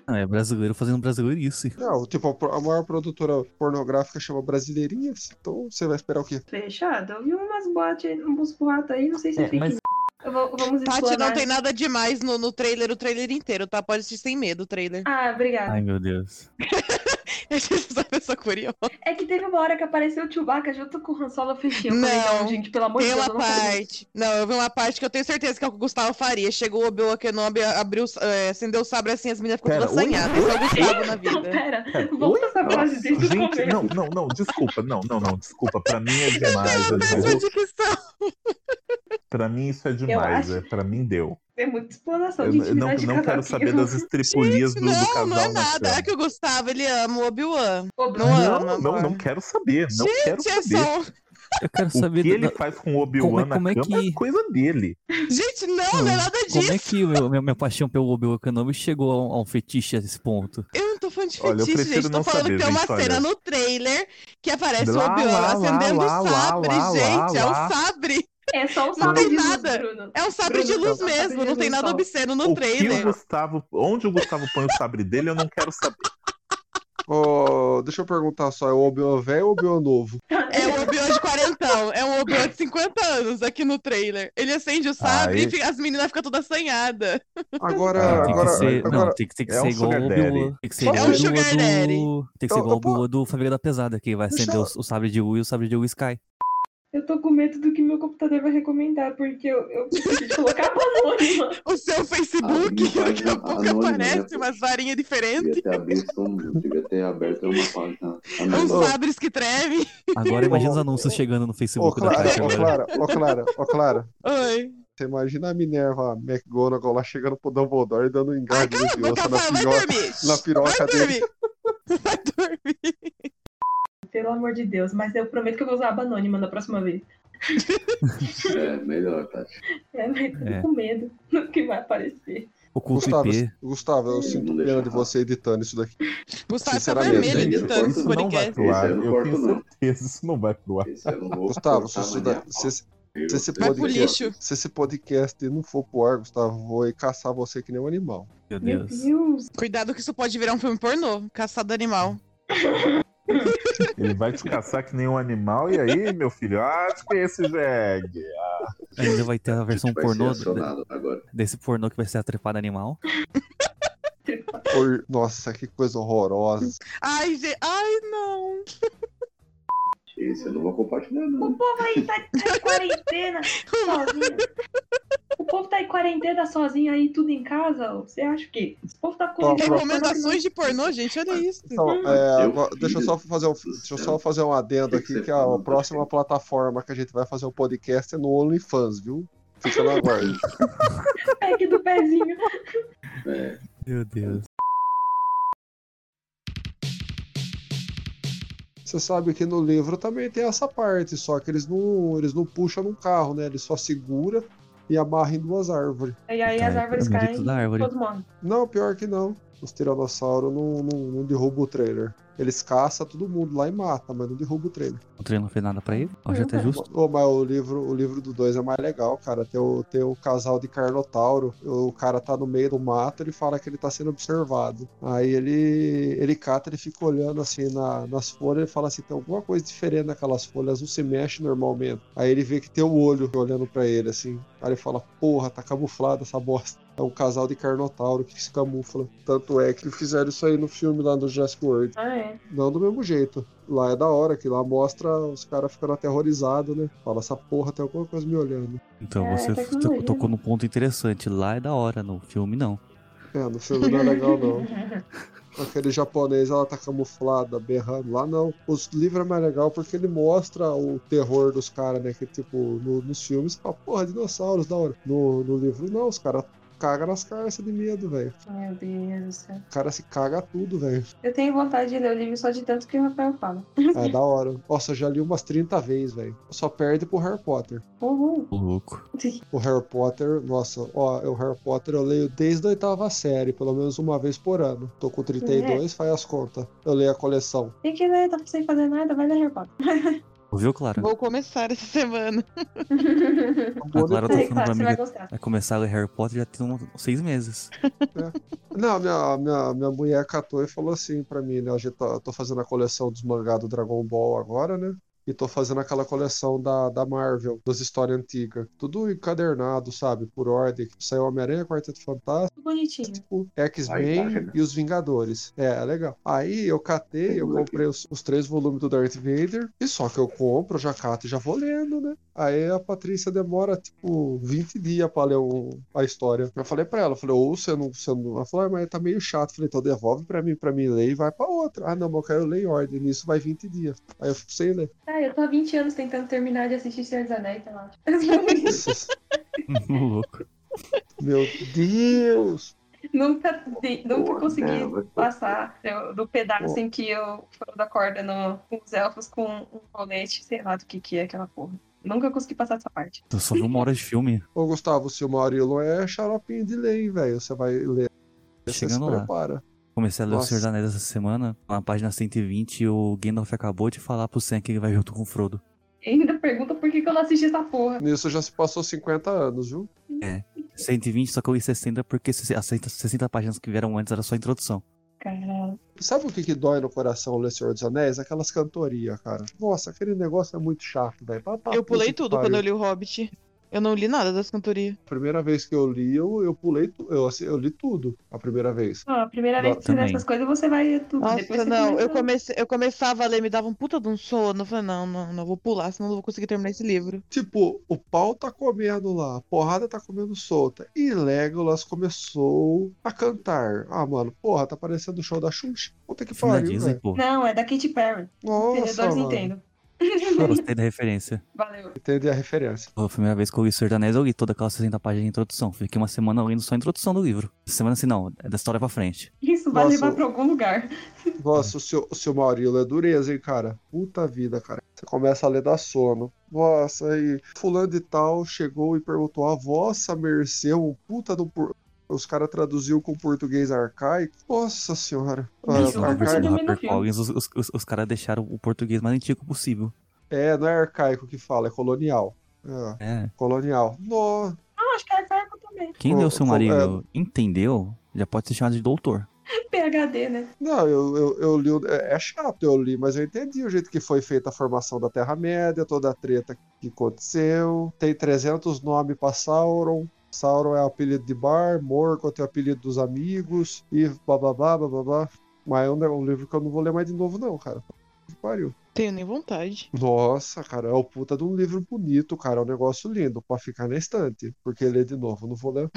Não, é brasileiro fazendo brasileirice. Não, tipo, a pro- a maior produtora pornográfica chama Brasileirinhas, então você vai esperar o quê? Fechado. Eu vi umas boates, uns boatos aí, não sei se é, É, fake mas- news. Eu vou- Vamos Tati, explorar. não tem nada demais no, no trailer, o trailer inteiro, tá? Pode assistir sem medo o trailer. Ah, obrigada. Ai, meu Deus. É só pessoa curiosa. É que teve uma hora que apareceu o Chewbacca junto com o Han Solo fechinho. Eu falei, Não, não, gente, pelo amor de Tem Deus, uma eu não quero ver. parte. Não, eu vi uma parte que eu tenho certeza que é o que o Gustavo faria. Chegou o Obi-Wan Kenobi, abriu, é, acendeu o sabre assim, as meninas ficam Pera, todas assanhadas. Esse é o Gustavo na Não, vida. pera. Cara, Volta essa frase desde o Gente, começo. não, não, não, desculpa, não, não, não, desculpa. Pra mim é demais, Péssima Adriano. dicção. Pra mim isso é demais, acho. é, pra mim deu. É muita exploração Eu de não, intimidade um. de não quero casaquinho. saber das estripulias do, do Não, casal não é na nada. cama. É que o Gustavo, ele ama o Obi-Wan. Ô, Bruno, Não Não, ama, não, amor. não quero saber. Não quero Gente, é saber. só... Eu quero O saber que da- ele da- faz com o como Obi-Wan é- na como é cama que- é coisa dele. Gente, não, Hum, não, é nada disso. como é que o meu, minha paixão pelo Obi-Wan Kenobi chegou a um, a um fetiche a esse ponto. Eu não tô falando de Olha, eu fetiche, prefiro gente. Tô não falando saber, que tem uma gente, olha. cena no trailer que aparece o Lá, Obi-Wan lá, acendendo lá, o lá, sabre, lá, gente. lá, é lá. o sabre. É só o Não sabre tem de luz, nada. Bruno. É um sabre de Bruno, luz é um sabre mesmo. de Não tem luz nada só. obsceno no o que o trailer. Gustavo, onde o Gustavo põe o sabre dele, eu não quero saber. Ô, deixa eu perguntar só, é o Obi-Wan velho ou o Obi-Wan novo? É um Obi-Wan de quarentão. É um Obi-Wan de 50 anos aqui no trailer. Ele acende o sabre Aí. e fica- as meninas ficam todas assanhadas. Agora, Ah, tem agora, que ser, agora não, tem, que- tem que é ser um igual sugar o daddy. Obi-Wan. Tem que ser É um igual o sugar Obi-Wan do... Tem que ser Eu- eu igual o Obi-Wan do Família da Pesada, que vai Deixa acender eu- o, o sabre de Will e o sabre de Will Sky. Eu tô com medo do que meu computador vai recomendar, porque eu, eu preciso de colocar anônima. O seu Facebook, Ah, daqui a pouco anônimo, né? aparece umas varinhas diferentes. Devia ter aberto, um- devia ter aberto uma página. Ah, não, Uns não. sabres que tremem. Agora imagina os Ô, anúncios ô, chegando no ô, Facebook da Clara, Tati ô, agora. Clara, ô, Clara, ô, Clara. Oi. Você imagina a Minerva McGonagall lá chegando pro Dumbledore e dando um Ai, engasgo cala de a boca, criança na vai, vai piroca, dormir. na piroca Vai dele. dormir. Vai dormir. Pelo amor de Deus, mas eu prometo que eu vou usar aba anônima da próxima vez. É, melhor, Tati. É, mas eu tô É. com medo do que vai aparecer. O culto Gustavo, IP. Gustavo, eu sinto deixa pena de errar. você editando isso daqui. Gustavo tá Sinceramente, vermelho gente, editando esse Isso não vai podcast. é pro Esse ar. eu não Eu corto, tenho não. certeza, isso não vai pro ar. Esse eu não vou Gustavo, cortar, se isso, mas da- nem a pau. se- Se esse, Vai pro podcast, lixo. se esse podcast não for pro ar, Gustavo, vou ir caçar você que nem um animal. Meu Cuidado que isso pode virar um filme pornô. Caçado animal. Ele vai te caçar que nem um animal, e aí, meu filho? Ah, te conheço, Jeg. Ainda vai ter a um versão tipo vai pornô ser acionado de- agora. desse pornô que vai ser a trepada animal. Por- Nossa, que coisa horrorosa. Ai, gente. Ai, não. Esse eu não vou compartilhar, não. O povo aí tá, tá em quarentena sozinho. O povo tá em quarentena sozinho aí, tudo em casa. ó. Você acha que esse povo tá com Ó, Recomendações de pornô, gente. Olha isso. Então, é, Meu agora- deixa eu só fazer um, do deixa eu céu. só fazer um adendo Que que aqui você que a falou, próxima plataforma que a gente vai fazer o podcast é no OnlyFans, viu? Fica na guarda. pack um do pezinho. É, Meu Deus. Você sabe que no livro também tem essa parte, só que eles não, eles não puxam num carro, né? Eles só segura e amarram em duas árvores. E aí as Tá, árvores é bonito caem da e árvore. todos morrem. Não, pior que não. Os tiranossauros não, não, não derrubam o trailer. Eles caçam todo mundo lá e matam, mas não derrubam o trailer. O treino não fez nada pra ele. Acho tá até justo. Ô, mas o livro, o livro do dois é mais legal, cara. Tem o, tem o casal de Carnotauro. O cara tá no meio do mato, ele fala que ele tá sendo observado. Aí ele, ele cata, ele fica olhando assim na- nas folhas, ele fala assim: tem alguma coisa diferente naquelas folhas, não se mexe normalmente. Aí ele vê que tem um olho olhando pra ele, assim. Aí ele fala: porra, tá camuflada essa bosta. É um casal de Carnotauro que se camufla. Tanto é que fizeram isso aí no filme lá do Jurassic World. Ah, é. Não do mesmo jeito. Lá é da hora, que lá mostra os caras ficando aterrorizados, né? Fala, essa porra tem alguma coisa me olhando. Então É, você to- tecnologia, tocou num ponto interessante. Lá é da hora, no filme não. É, no filme não é legal, não. Aquele japonês, ela tá camuflada, berrando. Lá não. Os livros é mais legal porque ele mostra o terror dos caras, né? Que tipo, no- nos filmes, fala, porra, dinossauros, da hora. No, no livro, não, os caras cagam nas carças de medo, velho. Meu Deus do céu. O cara se caga a tudo, velho. Eu tenho vontade de ler o livro só de tanto que o Rafael fala. É da hora. Nossa, eu já li umas 30 vezes, velho. Só perde pro Harry Potter. Uhul. Ô, louco. O Harry Potter, nossa, ó, o Harry Potter eu leio desde a oitava série, pelo menos uma vez por ano. Tô com 32, faz as contas. Eu leio a coleção. Tem que ler, tá sem fazer nada, vai ler Harry Potter. Ouviu, Clara? Vou começar essa semana. Agora eu tô Aí, tá falando pra claro, você amiga. vai gostar. Tá Vai começar a ler Harry Potter já tem uns seis meses. Não, minha, minha, minha mulher catou e falou assim pra mim, né? Eu, tô, eu tô fazendo a coleção dos mangá do Dragon Ball agora, né? E tô fazendo aquela coleção da, da Marvel, das histórias antigas. Tudo encadernado, sabe? Por ordem. Saiu Homem-Aranha, Quarteto Fantástico. Tudo bonitinho. o Aí tá, X-Men né? e os Vingadores. É, é legal. Aí eu catei, eu Vamos comprei os, os três volumes do Darth Vader, e só que eu compro, eu já cato e já vou lendo, né? Aí a Patrícia demora, tipo, 20 dias pra ler o- a história. Eu falei pra ela, eu falei, ou você não, você não... Ela falou, ah, mas tá meio chato. Eu falei, então devolve pra mim, pra mim ler e vai pra outra. Ah, não, mas eu quero ler em ordem, nisso vai 20 dias. Aí eu fico sem ler. Ah, eu tô há 20 anos tentando terminar de assistir Senhor dos Anéis, tá lá. Ô, louco. Meu Deus! nunca de- nunca Pô, consegui não, vai- passar do, do pedaço Pô. em que eu furo da corda no, com os elfos com um rolete, sei lá do que que é aquela porra. Nunca consegui passar essa parte. Eu só vi uma hora de filme. Ô, Gustavo, seu Maurílio é xaropinho de lei, velho. Você vai ler. Você se Chegando lá. prepara. Comecei a ler Nossa. O Senhor dos Anéis essa semana. Na página 120, o Gandalf acabou de falar pro Sam que ele vai junto com o Frodo. E ainda pergunta por que, que eu não assisti essa porra. Nisso já se passou 50 anos, viu? 120, só que eu li 60 porque se- as 60, 60 páginas que vieram antes era só a introdução. Caralho. Sabe o que, que dói no coração ler Senhor dos Anéis? Aquelas cantorias, cara. Nossa, aquele negócio é muito chato, velho. Tá- tá puta Eu pulei que tudo pariu. quando eu li o Hobbit. Eu não li nada das cantorias. A primeira vez que eu li, eu, eu pulei tu- eu, assi- eu li tudo a primeira vez. Ó, a primeira Não, vez que você vê também. essas coisas, você vai tudo. Nossa, Depois você não. começa- Eu, comecei, eu começava a ler, me dava um puta de um sono. Eu falei, não, não, não, vou pular, senão não vou conseguir terminar esse livro. Tipo, o pau tá comendo lá, a porrada tá comendo solta. E Legolas começou a cantar. Ah, mano, porra, tá parecendo o show da Xuxa. Puta que Filme da pariu, Disney, velho. pô. Não, é da Katy Perry. Nossa, Vendedores mano. é Nintendo. Gostei da referência. Valeu. Entendi a referência. Foi a primeira vez que eu li O Senhor dos Anéis, eu li toda aquela 60 páginas de introdução. Fiquei uma semana lendo só a introdução do livro. Semana assim, não, é da história pra frente. Isso vai Nossa, levar o- pra algum lugar. Nossa, o seu, o seu Maurílio é dureza, hein, cara? Puta vida, cara. Você começa a ler da sono. Nossa, aí fulano de tal chegou e perguntou a vossa mercê, um puta do... por- Os caras traduziu com português arcaico. Nossa senhora. Ah, Mas Eles eu lá na versão do consigo dormir no HarperCollins, os, os, os, os caras deixaram o português mais antigo possível. É, não é arcaico que fala, é colonial. É, É. Colonial. No, Não, acho que é arcaico também. Quem Co- deu co- seu marido entendeu, já pode ser chamado de doutor. PHD, né? Não, eu, eu, eu li. o- É, é chato eu li, mas eu entendi o jeito que foi feita a formação da Terra-média, toda a treta que aconteceu. Tem 300 nomes pra Sauron. Sauron é o apelido de Bar, Morgoth é o apelido dos amigos, e bababá, bababá. Mas é um, é um livro que eu não vou ler mais de novo, não, cara. Que Pariu. Tenho nem vontade. Nossa, cara, é o puta de um livro bonito, cara. É um negócio lindo pra ficar na estante. Porque ler de novo, eu não vou ler.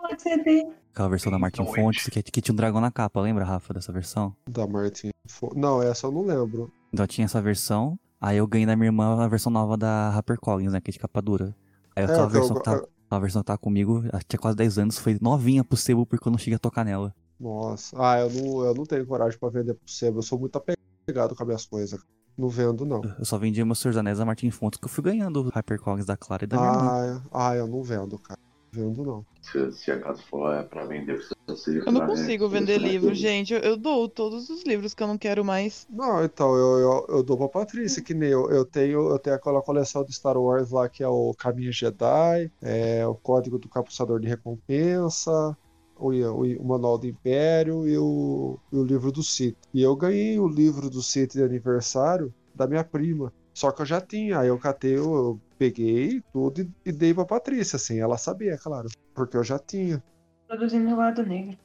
Pode ser bem. Aquela versão da Martin Fontes, que, que tinha um dragão na capa, lembra, Rafa, dessa versão? Da Martin. Fo- Não, essa eu não lembro. Então tinha essa versão, aí eu ganhei da minha irmã a versão nova da HarperCollins, né, que é de capa dura. Aí É, aquela que eu versão que go- tava, a versão que tava comigo, ela tinha quase 10 anos, foi novinha pro sebo porque eu não cheguei a tocar nela. Nossa, ah, eu não, eu não tenho coragem pra vender pro sebo, eu sou muito apegado com as minhas coisas. Não vendo, não. Eu só vendia meus Senhor dos Anéis da Martin Fontes, que eu fui ganhando HarperCollins da Clara e da minha irmã. Ah, ah, eu não vendo, cara. Não vendo, não. Se, se acaso for é pra vender, precisa ser. Eu Ah, é, não consigo vender né? livro, gente. Eu, eu dou todos os livros que eu não quero mais. Não, então, eu, eu, eu dou pra Patrícia, que nem eu, eu tenho, eu tenho aquela coleção de Star Wars lá, que é o Caminho Jedi, é, o Código do Capuçador de Recompensa, o, o, o Manual do Império e o, e o livro do Sith. E eu ganhei o livro do Sith de aniversário da minha prima. Só que eu já tinha, aí eu catei, eu, eu peguei tudo e, e dei pra Patrícia, assim, ela sabia, claro, porque eu já tinha. Produzindo o lado negro.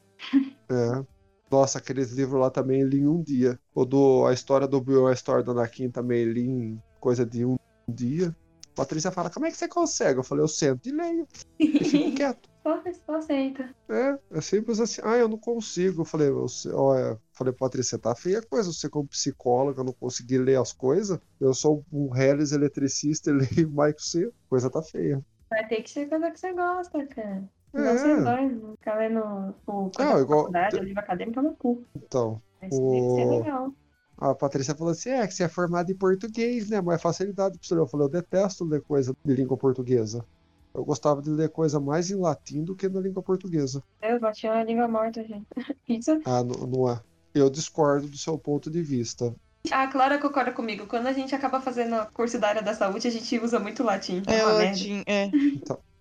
É. Nossa, aqueles livros lá também li em um dia. O do A História do Bill, a História do Anakin também li em coisa de um dia. Patrícia fala, como é que você consegue? Eu falei, eu sento e leio, e fico quieto. só, só aceita. É, é simples assim. Ah, eu não consigo. Eu falei, você, olha, eu falei, Patrícia, tá feia a coisa. Você como psicóloga, eu não consegui ler as coisas. Eu sou um Hellis eletricista e leio Michael C. Coisa tá feia. Vai ter que ser coisa que você gosta, cara. Não É. você vai né? ficar lendo o coisa Não, da igual- faculdade, o livro acadêmico é no cu. Então, Mas tem que ser O- legal. A Patrícia falou assim: é que você é formada em português, né? Mais facilidade pra você. ler." Eu falei: eu detesto ler coisa de língua portuguesa. Eu gostava de ler coisa mais em latim do que na língua portuguesa. Eu bati uma língua morta, gente. Isso Ah, não, não é. Eu discordo do seu ponto de vista. A Clara concorda comigo. Quando a gente acaba fazendo curso da área da saúde, a gente usa muito latim. É, É, uma merda. latim, é.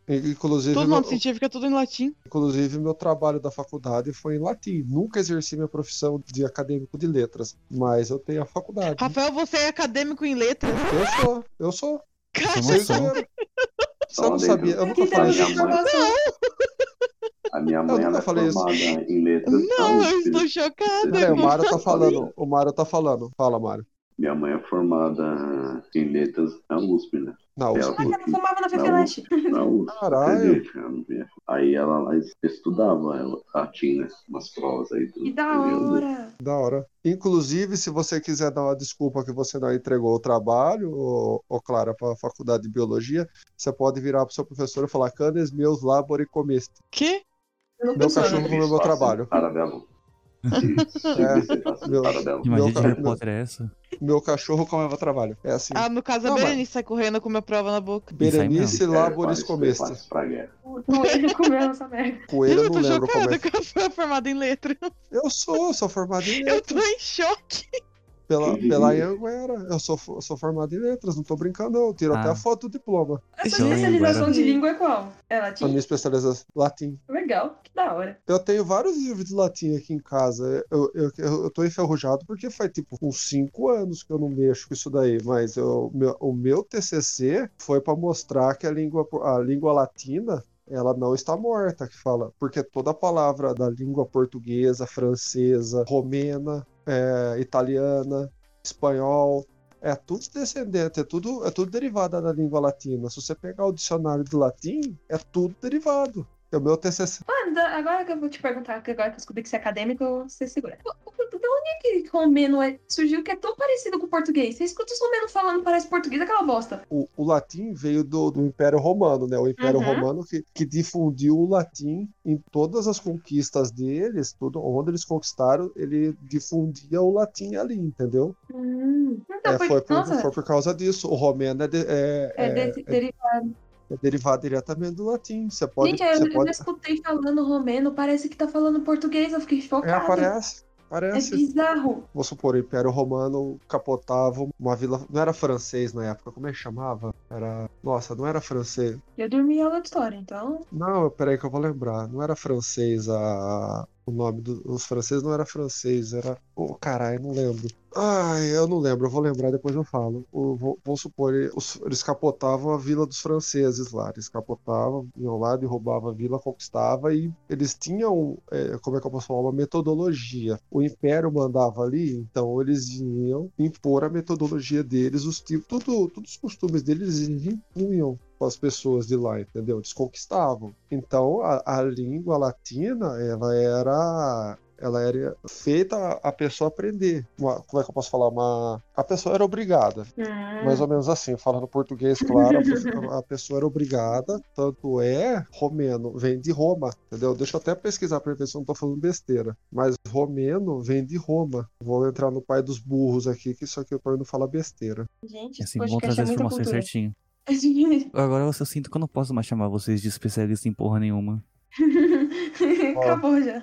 E- Inclusive, Todo meu, nome científico é tudo em latim. inclusive, meu trabalho da faculdade foi em latim. Nunca exerci minha profissão de acadêmico de letras, mas eu tenho a faculdade. Rafael, você é acadêmico em letras? Eu sou, eu sou. Tem Sem noção? zoeira. Você não sabia? Eu nunca Aqui temos falei isso. informação. A minha mãe Eu ela nunca é falei isso. formada em um letras. Não, eu tá? estou chocada. Você Peraí, o tem Mário tá noção? falando. O Mário tá falando. Fala, Mário. Minha mãe é formada em letras na USP, né? Não, Ela Mas eu não fumava na Não. Fefeleche. Na USP. Caralho. entendeu, cara? Aí ela lá estudava, ela ela tinha umas provas aí. do- Que da do- hora. Da hora. Inclusive, se você quiser dar uma desculpa que você não entregou o trabalho, ou, Clara, para a faculdade de biologia, você pode virar para o seu professor e falar: Canes meus labore comeste. Que? Não Meu funciona. cachorro comeu meu trabalho. É, Parabéns. Meu- Parabéns. Meu Imagina de cara- Harry Potter é essa? Meu cachorro comeu meu trabalho. É assim. Ah, no caso, a Não, mas- Berenice sai correndo com minha prova na boca. Berenice Labores labores comeste. O coelho comeu essa merda. Coelho, eu É, eu não tô lembro como é. chocada que eu sou formada em letras. Eu sou, sou formado em Eu letras. tô em choque. Pela, pela Anhanguera. Eu sou, fo- sou formado em letras, não tô brincando, não. Eu tiro até Ah. a foto do diploma. A Isso sua eu lembro, especialização era- de língua é qual? É A minha latim? especialização latim. Legal, que da hora. Eu tenho vários livros de latim aqui em casa. Eu, eu, eu eu tô enferrujado porque faz tipo uns 5 anos que eu não mexo com isso daí. Mas eu- meu- o meu TCC foi para mostrar que a língua, a língua latina ela não está morta, que fala. Porque toda palavra da língua portuguesa, francesa, romena, é, italiana, espanhol. É tudo descendente, é tudo, é tudo derivado da língua latina. Se você pegar o dicionário de latim, é tudo derivado. O meu TCC Mano, Ah, da- agora que eu vou te perguntar, que agora que eu descobri que você é acadêmico, você segura. O- o- Da onde é que romeno é- surgiu que é tão parecido com o português? Você escuta os romenos falando, parece português, aquela bosta. o, o latim veio do, do Império Romano, né? O Império Uhum. Romano que, que difundiu o latim em todas as conquistas deles, tudo onde eles conquistaram, ele difundia o latim ali, entendeu? Hum. Então, É, foi, foi, por, nossa, foi por causa disso. O romeno é, de- é- é, é- de- derivado. é derivado diretamente do latim. Você pode. É, Gente, é um eu, você eu pode... não escutei falando romeno, parece que tá falando português, eu fiquei É, chocada. aparece. Parece. É bizarro. Vou supor, o Império Romano capotava uma vila. Não era francês na época, como é que chamava? Era. Nossa, não era francês. Eu dormi em aula de história, então. Não, peraí que eu vou lembrar. Não era francês a. O nome do- dos franceses não era francês, era. Ô, caralho, não lembro. Ai, eu não lembro, eu vou lembrar, depois eu falo. O- vou, vou supor, ele- os- eles capotavam a vila dos franceses lá. Eles capotavam, iam lá e roubavam a vila, conquistava e eles tinham, é, como é que eu posso falar, uma metodologia. O Império mandava ali, então eles iam impor a metodologia deles, os tipos, tudo, todos os costumes deles, eles impunham com as pessoas de lá, entendeu? Eles conquistavam. Então, a, a língua latina, ela era ela era feita a- a pessoa aprender. Uma- como é que eu posso falar? Uma, a pessoa era obrigada. Ah. Mais ou menos assim, falando português, claro, a pessoa- a pessoa era obrigada, tanto é romeno, vem de Roma, entendeu? Deixa eu até pesquisar pra ver se eu não tô falando besteira. Mas romeno vem de Roma. Vou entrar no pai dos burros aqui, que isso aqui eu tô indo falar besteira. Gente, Assim, esse bom podcast trazer é as muita informações cultura. certinho. Agora eu sinto que eu não posso mais chamar vocês de especialista em porra nenhuma. Acabou já.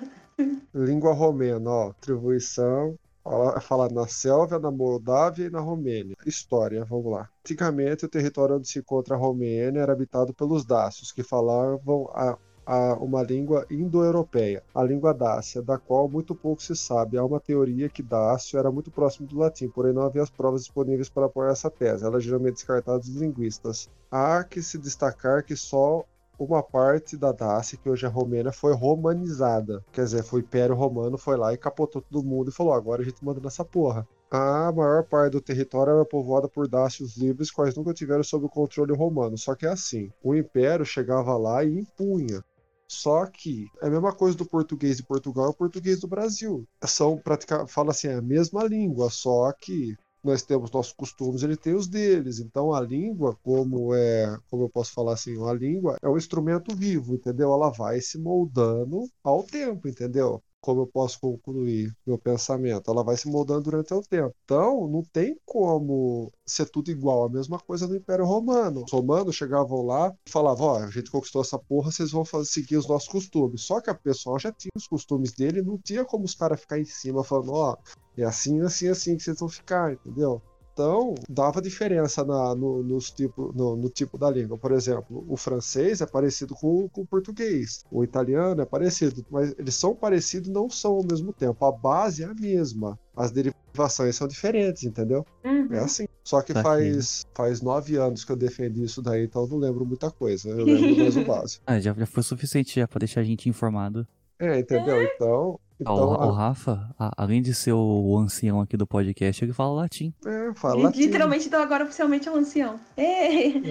Língua romena, ó. Atribuição. ó, Fala é na Sélvia, na Moldávia e na Romênia. História, vamos lá. Antigamente, o território onde se encontra a Romênia era habitado pelos dácios, que falavam a, a uma língua indo-europeia, a língua dácia, da qual muito pouco se sabe. Há uma teoria que dácio era muito próximo do latim, porém não havia as provas disponíveis para apoiar essa tese. Ela é geralmente descartada dos linguistas. Há que se destacar que só uma parte da Dácia, que hoje é romena, foi romanizada. Quer dizer, foi o Império Romano, foi lá e capotou todo mundo e falou: "Ó, agora a gente manda nessa porra. A maior parte do território era povoada por dácios livres, quais nunca tiveram sob o controle romano. Só que é assim: o Império chegava lá e impunha. Só que é a mesma coisa do português de Portugal e o português do Brasil. São praticamente, fala assim, é a mesma língua, só que nós temos nossos costumes, ele tem os deles. Então a língua, como é, como eu posso falar assim, a língua é um instrumento vivo, entendeu? Ela vai se moldando ao tempo, entendeu? Como eu posso concluir meu pensamento? Ela vai se moldando durante o tempo. Então, não tem como ser tudo igual. A mesma coisa no Império Romano. Os romanos chegavam lá e falavam: Ó, a gente conquistou essa porra, vocês vão fa- seguir os nossos costumes. Só que a pessoa já tinha os costumes dele, não tinha como os caras ficar em cima falando: Ó, é assim, assim, assim que vocês vão ficar, entendeu? Então, dava diferença na- no, nos tipo, no, no tipo da língua. Por exemplo, o francês é parecido com, o- com o português, o italiano é parecido, mas eles são parecidos e não são ao mesmo tempo. A base é a mesma, as derivações são diferentes, entendeu? Uhum. É assim. Só que Saquei. faz, faz nove anos que eu defendi isso daí, então eu não lembro muita coisa. Eu lembro mais o básico. Ah, já, já foi suficiente já pra deixar a gente informado. É, entendeu? Então. Ah, então o- o, Rafa, a- além de ser o ancião aqui do podcast, ele fala latim. a- é, fala Ele latim. Literalmente, então agora oficialmente é um ancião. Ei!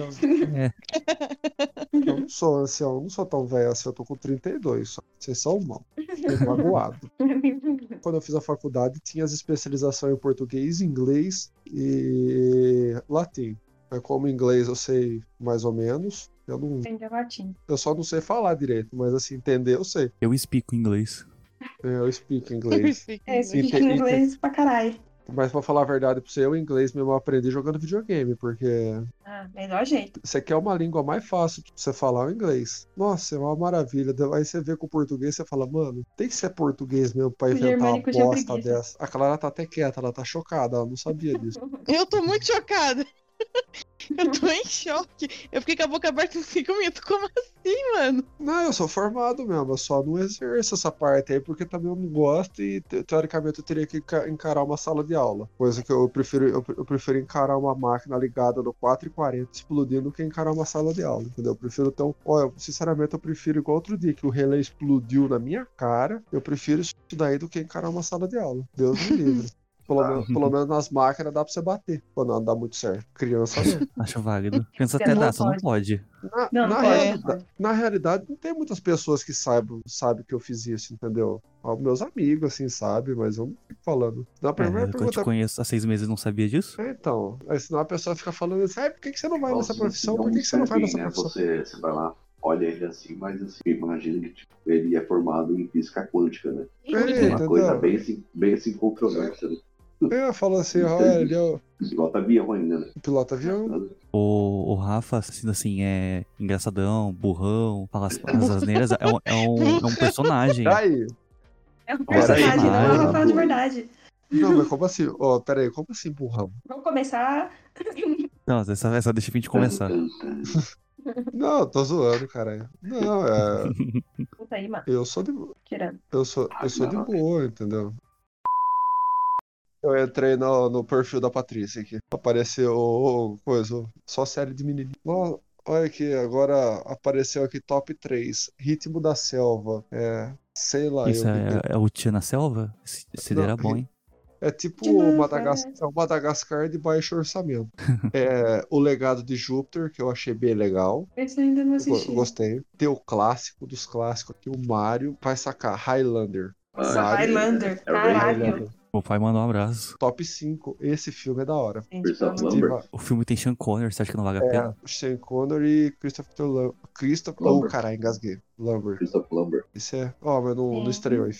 É. Eu não sou ancião, não sou tão velho assim, eu tô com 32 só. Vocês são mal. Fiquei magoado. Quando eu fiz a faculdade, tinha as especializações em português, inglês e latim. Mas como inglês eu sei mais ou menos, eu, não, Aprende a latim. eu só não sei falar direito, mas assim, entender eu sei. Eu explico inglês. Eu speak inglês. É, speak Inte- inglês pra caralho. Mas pra falar a verdade pra você, eu inglês mesmo eu aprendi jogando videogame, porque Ah, melhor jeito. Você quer uma língua mais fácil pra você falar o inglês. Nossa, é uma maravilha. Aí você vê com o português, você fala, mano, tem que ser português mesmo pra O inventar uma germânico já é bosta preguiça. dessa. A Clara tá até quieta, ela tá chocada, ela não sabia disso. Eu tô muito chocada. Eu tô em choque. Eu fiquei com a boca aberta uns 5 minutos. Como assim, mano? não, eu sou formado mesmo, eu só não exerço essa parte aí porque também eu não gosto e te- teoricamente eu teria que enca- encarar uma sala de aula. Coisa que eu prefiro, eu, pre- eu prefiro encarar uma máquina ligada no 440 explodindo do que encarar uma sala de aula, entendeu? Eu prefiro ter um. Olha, eu, sinceramente eu prefiro igual outro dia que o relé explodiu na minha cara, eu prefiro isso daí do que encarar uma sala de aula. Deus me livre. Pelo, menos, pelo menos nas máquinas dá pra você bater. Quando não dá muito certo. Criança não. Acho válido. Criança Você até não dá, só não pode. Na, Não, não na pode, não realida- na realidade, não tem muitas pessoas que saibam, sabem que eu fiz isso, entendeu? Ó, Meus amigos, assim, sabem, mas eu não fico falando. Na É, primeira eu te pergunta. conheço há seis meses e não sabia disso. É, Então, aí senão a pessoa fica falando assim, ah, por que, que você não vai nessa Nossa, profissão? não Por que, que você não vai serve, né? nessa profissão? Você, você vai lá, olha ele assim, mas assim, imagina que tipo, ele é formado em física quântica, né? É, Uma coisa entendeu? bem assim, bem assim controversa, né? Eu falo assim, olha, ele é o Igual tá avião ainda, né? piloto avião. O, o Rafa, sendo assim, é engraçadão, burrão, fala as, as asneiras, é um, é um, é um personagem. Aí, É um Peraí, personagem, não é mas- uma fala de verdade. Não, mas como assim? Ó, pera aí, como assim burrão? Vamos começar. Não, Então, essa, essa deixa a gente começar. Não, tô zoando, caralho. Não, é. Puta aí, mano. Eu sou de, Tirando. eu sou, Ah, eu sou de boa, entendeu? Eu entrei no, no perfil da Patrícia aqui. Apareceu ô, ô, coisa, ô, só série de menininho. Ó, Olha aqui, agora apareceu aqui top 3. Ritmo da selva. É. Sei lá, Isso eu é, é o Tia na Selva? Esse esse Não, era bom, hein? É tipo o Madagas- né? é o Madagascar de baixo orçamento. É o Legado de Júpiter, que eu achei bem legal. Esse eu ainda não Go- assisti. Gostei. Tem o clássico dos clássicos aqui, o Mario. Vai sacar, Highlander. Nossa, Mario- Highlander. É o Ray Caralho. Highlander. O pai mandou um abraço. Top 5. Esse filme é da hora. O filme tem Sean Connery, você acha que não vale a pena? É, Sean Connery e Christopher Lambert. Christopher... Oh, Lambert. caralho, engasguei. Lambert. Christopher Lambert. Isso é. Ó, mas não, Sim. não estreou aí.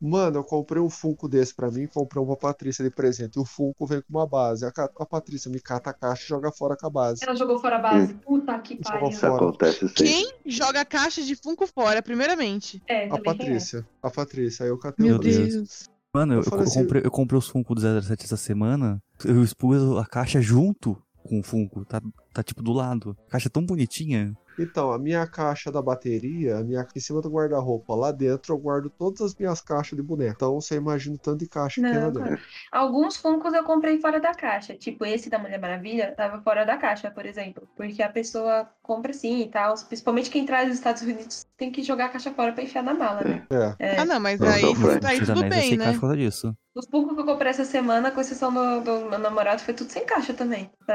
Mano, eu comprei um Funko desse pra mim, comprei uma Patrícia de presente. E o Funko vem com uma base. A, ca- a Patrícia me cata a caixa e joga fora com a base. Ela jogou fora a base. Puta que pariu. Isso acontece sempre. Quem joga a caixa de Funko fora, primeiramente? É, A também tem essa. Patrícia. A Patrícia. Aí eu catei Meu o Deus. Mano, eu, Eu falei eu assim- comprei, eu comprei os Funko do 007 essa semana. Eu expus a caixa junto com o Funko. Tá, tá tipo do lado. Caixa tão bonitinha. Então, a minha caixa da bateria, a minha em cima do guarda-roupa, lá dentro eu guardo todas as minhas caixas de boneco. Então você imagina o tanto de caixa que tem lá Não, dentro. cara. Alguns Funkos eu comprei fora da caixa. Tipo, esse da Mulher Maravilha tava fora da caixa, por exemplo. Porque a pessoa compra sim e tal. Principalmente quem traz dos Estados Unidos tem que jogar a caixa fora pra enfiar na mala, né? É. É. Ah, não, mas Não, aí, não, Fran. aí Senhor dos tudo Anéis, bem, sem caixa né? por causa disso. Os Funkos que eu comprei essa semana, com exceção do, do meu namorado, foi tudo sem caixa também. Inclusive,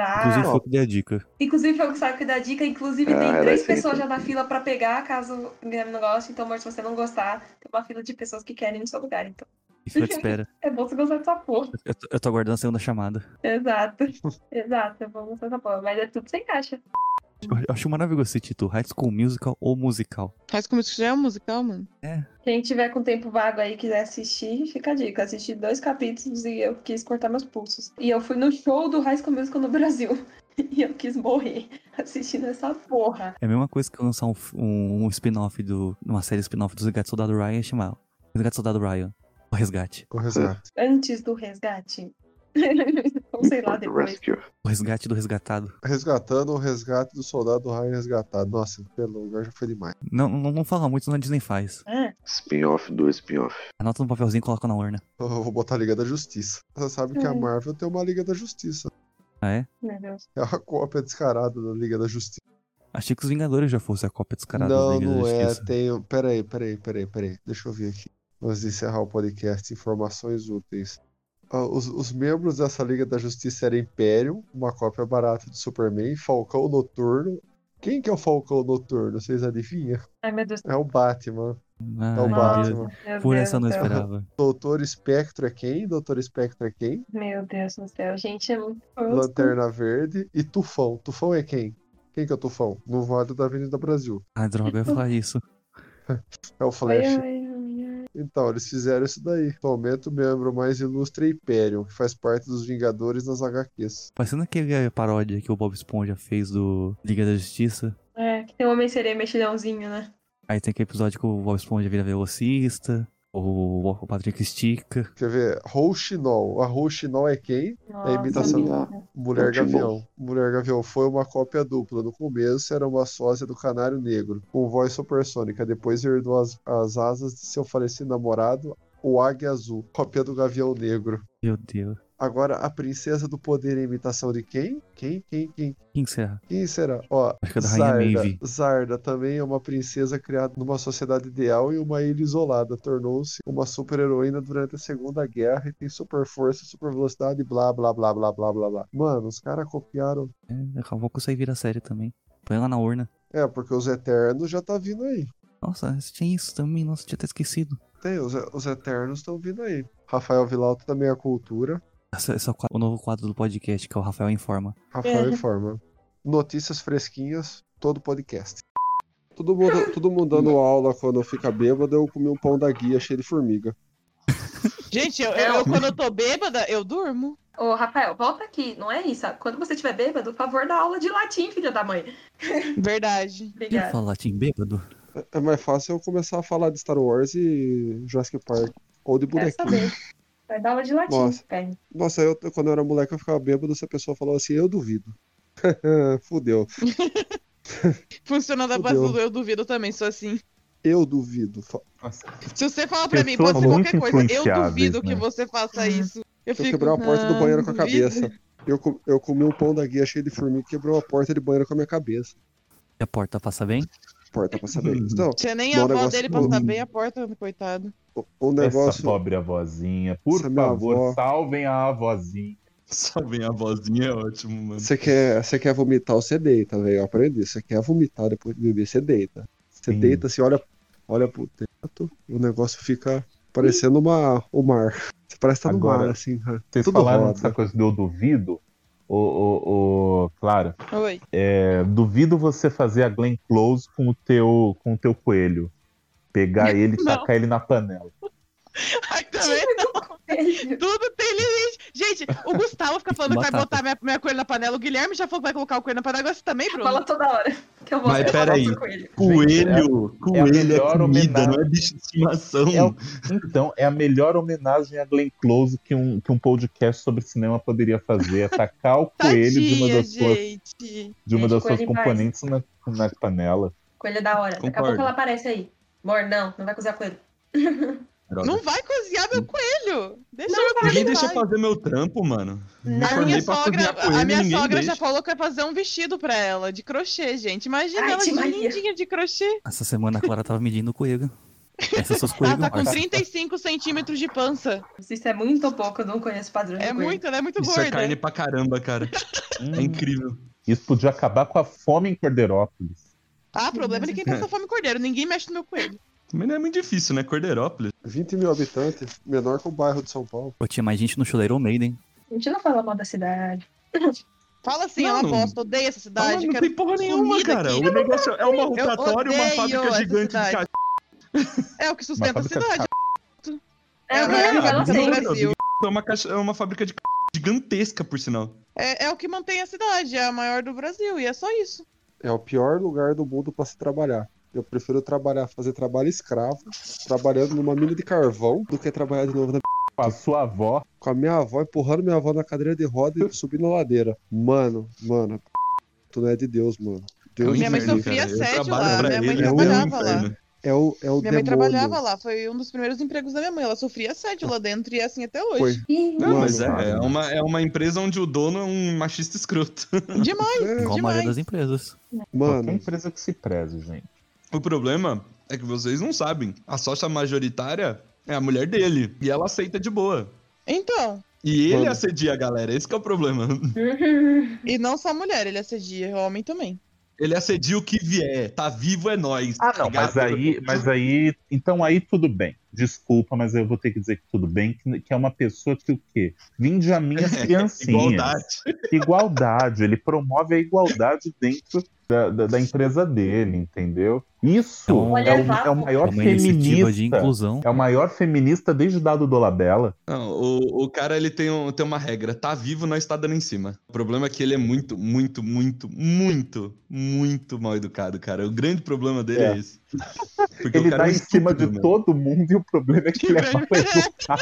Pra... foi o que dei a dica. Inclusive, foi o que saiu que dá dica. Inclusive, Ah, tem era três isso aí, pessoas já então. na fila pra pegar, caso o Guilherme não goste. Então, amor, se você não gostar, tem uma fila de pessoas que querem no seu lugar. Então, E fila de espera. é bom você gostar dessa porra. Eu, tô- eu tô aguardando a segunda chamada. Exato. Exato, eu vou mostrar essa porra. Mas é tudo sem caixa. Eu eu acho maravilhoso esse título. High School Musical ou musical. Mas como isso já é um musical, mano. Quem tiver com tempo vago aí e quiser assistir, fica a dica. Assisti dois capítulos e eu quis cortar meus pulsos. E eu fui no show do High School Musical no Brasil. E eu quis morrer assistindo essa porra. É a mesma coisa que eu lançar um, f- um, um spin-off do. uma série spin-off do Resgate do Soldado Ryan e chamar. Resgate do Soldado Ryan. O resgate. Com reserva. Antes do resgate. Ou sei lá, Report depois. Rescue. O resgate do resgatado. Resgatando o resgate do soldado Ryan resgatado. Nossa, pelo lugar já foi demais. Não, não, não fala muito, senão a Disney faz. Ah, Spin-off do spin-off. Anota no papelzinho e coloca na urna. Eu vou botar a Liga da Justiça. Você sabe que a É. Marvel tem uma Liga da Justiça. Ah, é? meu Deus. É a cópia descarada da Liga da Justiça. Achei que os Vingadores já fosse a cópia descarada da não, Liga não da é. Justiça. Tem. Peraí, peraí, peraí, peraí. Deixa eu ver aqui. Antes de encerrar o podcast, informações úteis. Ah, Os, os membros dessa Liga da Justiça eram Império, uma cópia barata do Superman, Falcão Noturno. Quem que é o Falcão Noturno? Vocês adivinham? Ai, meu Deus. É o Batman. Ai, É o meu Batman. Deus. Meu Por Deus essa eu não do céu. esperava. Doutor Espectro é quem? Doutor Espectro é quem? Meu Deus do céu. Gente, é muito. Lanterna Verde e Tufão. Tufão é quem? Quem que é o Tufão? No Vale da Avenida Brasil. Ah, droga, eu ia falar isso. É o Ai, Flash. ai, ai, ai. Então, eles fizeram isso daí. Atualmente, o membro mais ilustre é Hyperion, que faz parte dos Vingadores nas HQs. Parecendo aquele paródia que o Bob Esponja fez do Liga da Justiça. É, que tem um homem sereia mexilhãozinho, né? Aí tem aquele episódio que o Bob Esponja vira velocista. O o Patrick estica. Quer ver? Rouxinol. A Rouxinol é quem? Nossa, imitação. meu Deus. Mulher Muito bom. Gavião. Mulher Gavião foi uma cópia dupla. No começo era uma sósia do Canário Negro, com voz supersônica. Depois herdou as, as asas de seu falecido namorado, o Águia Azul, cópia do Gavião Negro. Meu Deus. Agora, a Princesa do Poder é imitação de quem? Quem, quem, quem, Quem será? Quem será? Ó, Acho que é da Rainha Zarda. Maeve. Zarda também é uma princesa criada numa sociedade ideal e uma ilha isolada. Tornou-se uma super-heroína durante a Segunda Guerra e tem super força, super velocidade, blá, blá, blá, blá, blá, blá, blá. Mano, os caras copiaram. É, daqui a pouco isso aí vira série também. Põe lá na urna. É, porque os Eternos já tá vindo aí. Nossa, tinha isso também. Nossa, tinha até esquecido. Tem, os, os Eternos estão vindo aí. Rafael Vilauta também é cultura. Essa- esse é o qua- o novo quadro do podcast, que é o Rafael Informa. Rafael informa. Notícias fresquinhas, todo podcast. Todo mundo, todo mundo dando aula quando fica bêbado, eu comi um pão da guia cheio de formiga. Gente, eu, eu- eu, quando eu tô bêbada, eu durmo. Ô, Rafael, volta aqui. Não é isso. Quando você estiver bêbado, por favor, dá aula de latim, filha da mãe. Verdade. Quer Obrigada. falar latim bêbado? É mais fácil eu começar a falar de Star Wars e Jurassic Park. Ou de Quero bonequinho. saber. Vai dar aula de latim, Nossa. velho. Nossa, eu, quando eu era moleque, eu ficava bêbado se a pessoa falou assim, eu duvido. Fudeu. Funciona da base Fudeu. do eu duvido também, sou assim. Eu duvido. Fa- Se você falar pra mim, Pessoas pode ser qualquer muito coisa, eu influenciáveis, duvido que né? você faça isso. Eu, Eu fico, quebrei uma porta do "Ah, banheiro com a duvido." cabeça. Eu, co- eu comi um pão da guia cheio de formiga e quebrou uma porta de banheiro com a minha cabeça. E a porta passa bem? Porta passa bem. Então, Tinha nem bom a avó negócio- dele bom- pra saber a porta, coitado. um negócio- Essa pobre avózinha. Por Essa é minha favor, avó. salvem a avózinha. Salvem a vozinha, é ótimo, mano. Você quer, você quer vomitar, você deita, velho. Eu aprendi. Você quer vomitar depois de beber, você deita. Você deita, você olha, olha pro teto, o negócio fica parecendo uma, o mar. Você parece que tá no Agora, mar, assim. cara. Vocês Tudo falaram roda. dessa coisa do eu duvido? Ô, ô, ô, Clara, Oi. é, duvido você fazer a Glenn Close com o teu, com o teu coelho. Pegar ele e Não. tacar ele na panela. Ai, também um não. Tudo tem limite. Gente, o Gustavo fica falando que vai Batata. botar minha, minha coelho na panela. O Guilherme já falou que vai colocar o coelho na panela. Agora Você também, Bruno? Fala toda hora. Que eu Mas peraí, coelho, É a coelho é, melhor comida, homenagem. não é bicho de estimação. É o- então, é a melhor homenagem a Glenn Close que um, que um podcast sobre cinema poderia fazer. É tacar o coelho de uma das suas, gente. de uma Gente, das suas coelho componentes na, na panela. Coelho é da hora. Daqui a Concordo. pouco ela aparece aí. Mor, não, não vai cozinhar coelho. Não vai cozinhar meu coelho. Deixa Não, meu coelho. Ninguém em deixa eu paz. fazer meu trampo, mano. Me A minha formei pra sogra, cozinhar coelho, a minha ninguém sogra deixa. já falou que vai fazer um vestido pra ela, de crochê, gente. Imagina Ai, ela Tia de Maria. lindinha de crochê. Essa semana a Clara tava medindo o coelho. Essas suas Ela coelhos. tá com 35 centímetros de pança. Isso é muito pouco, eu não conheço padrão. É muito, ela é muito Isso gorda. é carne pra caramba, cara. é incrível. Isso podia acabar com a fome em Cordeirópolis. Ah, problema de quem passa fome em cordeiro. Ninguém mexe no meu coelho. Também não é muito difícil, né? Cordeirópolis. 20 mil habitantes, menor que o bairro de São Paulo. Pô, tinha mais gente no show da Iron Maiden. A gente não fala mal da cidade. Fala assim, Não, ela não. bosta, odeia essa cidade. Fala, não quero tem porra sumir nenhuma, daqui. cara. O negócio é uma Eu rotatória, uma odeio fábrica essa gigante de cidade. cachorro. É o que sustenta a fábrica de cidade. É, É, a maior Ah, economia do não, não, Brasil. É uma, caixa- é uma fábrica de c... gigantesca, por sinal. É, é o que mantém a cidade, é a maior do Brasil, e é só isso. É o pior lugar do mundo pra se trabalhar. Eu prefiro trabalhar, fazer trabalho escravo, trabalhando numa mina de carvão, do que trabalhar de novo na Com a sua avó. Com a minha avó, empurrando minha avó na cadeira de roda e subindo a ladeira. Mano, mano, tu não é de Deus, mano. Deus Minha é, mãe me livre. sofria assédio lá, minha mãe um trabalhava lá. É o, é o Minha mãe demônio. trabalhava lá, foi um dos primeiros empregos da minha mãe. Ela sofria assédio lá dentro e é assim até Foi. hoje. Não, mas é, é, uma, é uma empresa onde o dono é um machista escroto. Demais, Igual a maioria das empresas. Mano. Qualquer empresa que se preze, gente. O problema é que vocês não sabem. A sócia majoritária é a mulher dele. E ela aceita de boa. Então. E ele Mano. assedia a galera, esse que é o problema. Uhum. E não só mulher, ele assedia, homem também. Ele assedia o que vier. Tá vivo é nós. Ah, não, mas aí, mas aí, então aí tudo bem. Desculpa, mas eu vou ter que dizer que tudo bem, que, que é uma pessoa que o quê? Vinde a minhas criancinhas. Igualdade. Igualdade, ele promove a igualdade dentro da, da, da empresa dele, entendeu? Isso é, Então, o- é o, maior É uma iniciativa feminista. de inclusão. É o maior feminista desde Dado Dolabella. Não, o, o cara ele tem, um- tem uma regra, tá vivo, nós tá dando em cima. O problema é que ele é muito, muito, muito, muito, muito mal educado, cara. O grande problema dele é, É. esse. ele o cara dá é em cima um de estúpido, mano. todo mundo e o problema é que ele é mal educado.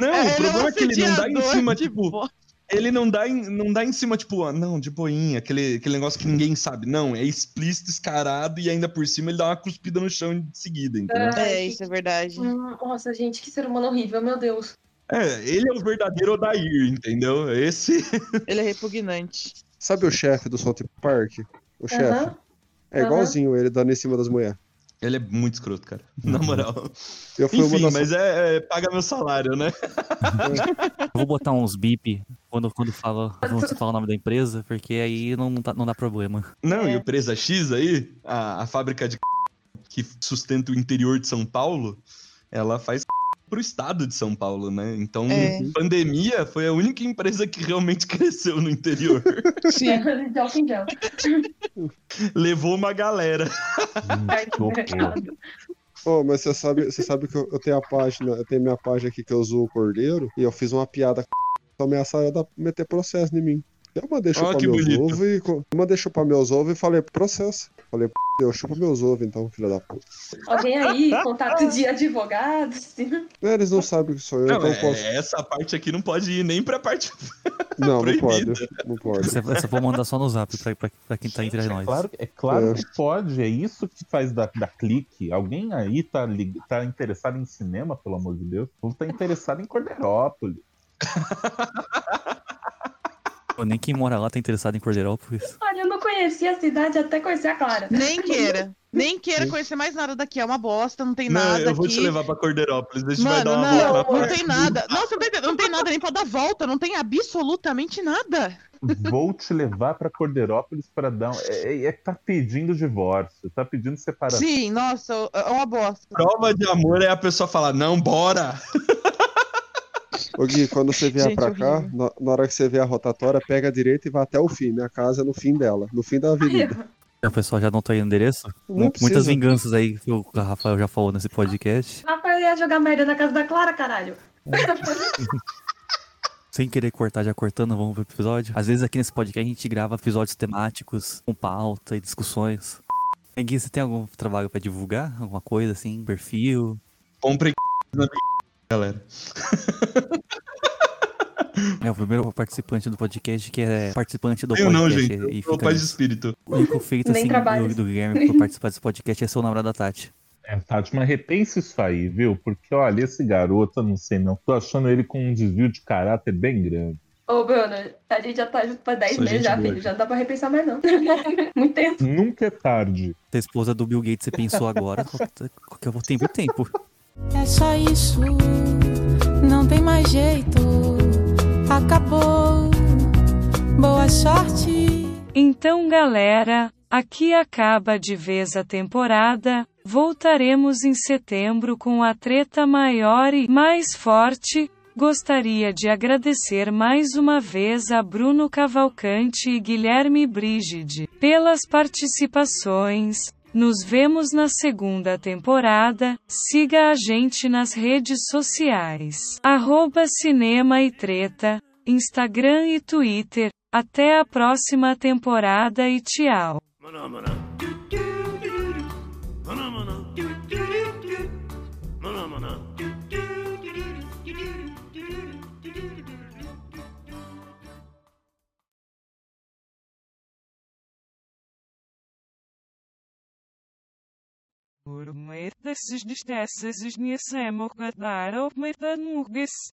Não, É, ele é o um problema é que ele não dá em assediador cima, tipo. Ele não dá, em, não dá em cima, tipo, ah, não, de boinha, aquele, aquele negócio que ninguém sabe. Não, é explícito, escarado e ainda por cima ele dá uma cuspida no chão em seguida, entendeu? É, isso é verdade. Nossa, gente, que ser humano horrível, meu Deus. É, ele é o verdadeiro Odair, entendeu? Esse. Ele é repugnante. Sabe o chefe do South Park? O chefe. Aham. É Aham. igualzinho ele dando em cima das mulheres. Ele é muito escroto, cara. Na moral. Eu fui Uhum. uma Enfim, das- mas é, é, Paga meu salário, né? Eu vou botar uns bip quando, quando, fala, quando você fala o nome da empresa, porque aí não, tá- não dá problema. Não, É. e o Presa X aí, a, a fábrica de que sustenta o interior de São Paulo, ela faz pro estado de São Paulo, né? Então, É. pandemia foi a única empresa que realmente cresceu no interior. Sim. de álcool em gel. Levou uma galera. Ai, que horror. pecado. Ô, mas você sabe, você sabe que eu, eu tenho a página, eu tenho minha página aqui que eu uso o cordeiro e eu fiz uma piada com ameaçaram da meter processo em mim. Eu mandei Ó, chupar que meus bonito. ovos e co- eu mandei chupar meus ovos e falei, processo. Falei, Eu chupo meus ovos, então, filha da puta. Alguém aí, contato de advogados? Eles não sabem que sou eu, Não, então eu é- posso. Essa parte aqui não pode ir nem pra parte. Não, não pode. proibido. Não pode. Essa, essa eu vou mandar só no zap pra, pra- pra quem tá entre nós. Claro, é claro que pode, é isso que faz da, da clique. Alguém aí tá, lig- tá interessado em cinema, pelo amor de Deus? Ou tá interessado em Corderópolis? Pô, nem quem mora lá tá interessado em Cordeirópolis. Olha, eu não conhecia a cidade até conhecer a Clara. Nem queira. Nem queira conhecer mais nada daqui. É uma bosta, não tem Não, nada eu vou aqui. te levar pra Cordeirópolis. A gente vai Mano, dar uma não, volta na não parte. tem nada. Nossa, não tem, não tem nada nem pra dar volta, não tem absolutamente nada. Vou te levar pra Corderópolis pra dar. um- É, é- é que tá pedindo divórcio, tá pedindo separação. Sim, nossa, é uma bosta. Prova de amor é a pessoa falar, não, bora! Ô Gui, quando você vier Gente, pra cá, na, na hora que você ver a rotatória, pega a direita e vai até o fim. Minha casa é no fim dela, no fim da avenida. O pessoal já não tá aí no endereço? Não Mu- precisa. Muitas vinganças aí que o Rafael já falou nesse podcast. Rafael ia jogar merda na casa da Clara, caralho. É. Sem querer cortar, já cortando, vamos pro episódio. Às vezes aqui nesse podcast a gente grava episódios temáticos, com pauta e discussões. E, Gui, você tem algum trabalho pra divulgar? Alguma coisa assim? Perfil? Compre na galera. É o primeiro participante do podcast que é participante do Eu não, podcast. gente. e Eu sou fica paz de nisso. espírito. O único feito Nem assim, trabalho. do, do Guilherme por participar desse podcast é ser o namorado da Tati. É, Tati, mas repense isso aí, viu? Porque, olha, esse garoto, eu não sei não, tô achando ele com um desvio de caráter bem grande. Ô, Bruno, a gente já tá junto pra 10 Só meses gente já, boa, filho. gente. Já não dá pra repensar mais, não. Muito tempo. Nunca é tarde. Se a esposa do Bill Gates você pensou agora, qualquer tempo é tempo. É só isso, não tem mais jeito. Acabou. Boa sorte. Então, galera, aqui acaba de vez a temporada. Voltaremos em setembro com a treta maior e mais forte. Gostaria de agradecer mais uma vez a Bruno Cavalcante e Guilherme Brigide pelas participações. Nos vemos na segunda temporada. Siga a gente nas redes sociais. Arroba Cinema e Treta, Instagram e Twitter. Até a próxima temporada e tchau. Urmēt, tas ir šis tēsis, es nesēmu, kad ārā, bet tad mūgis.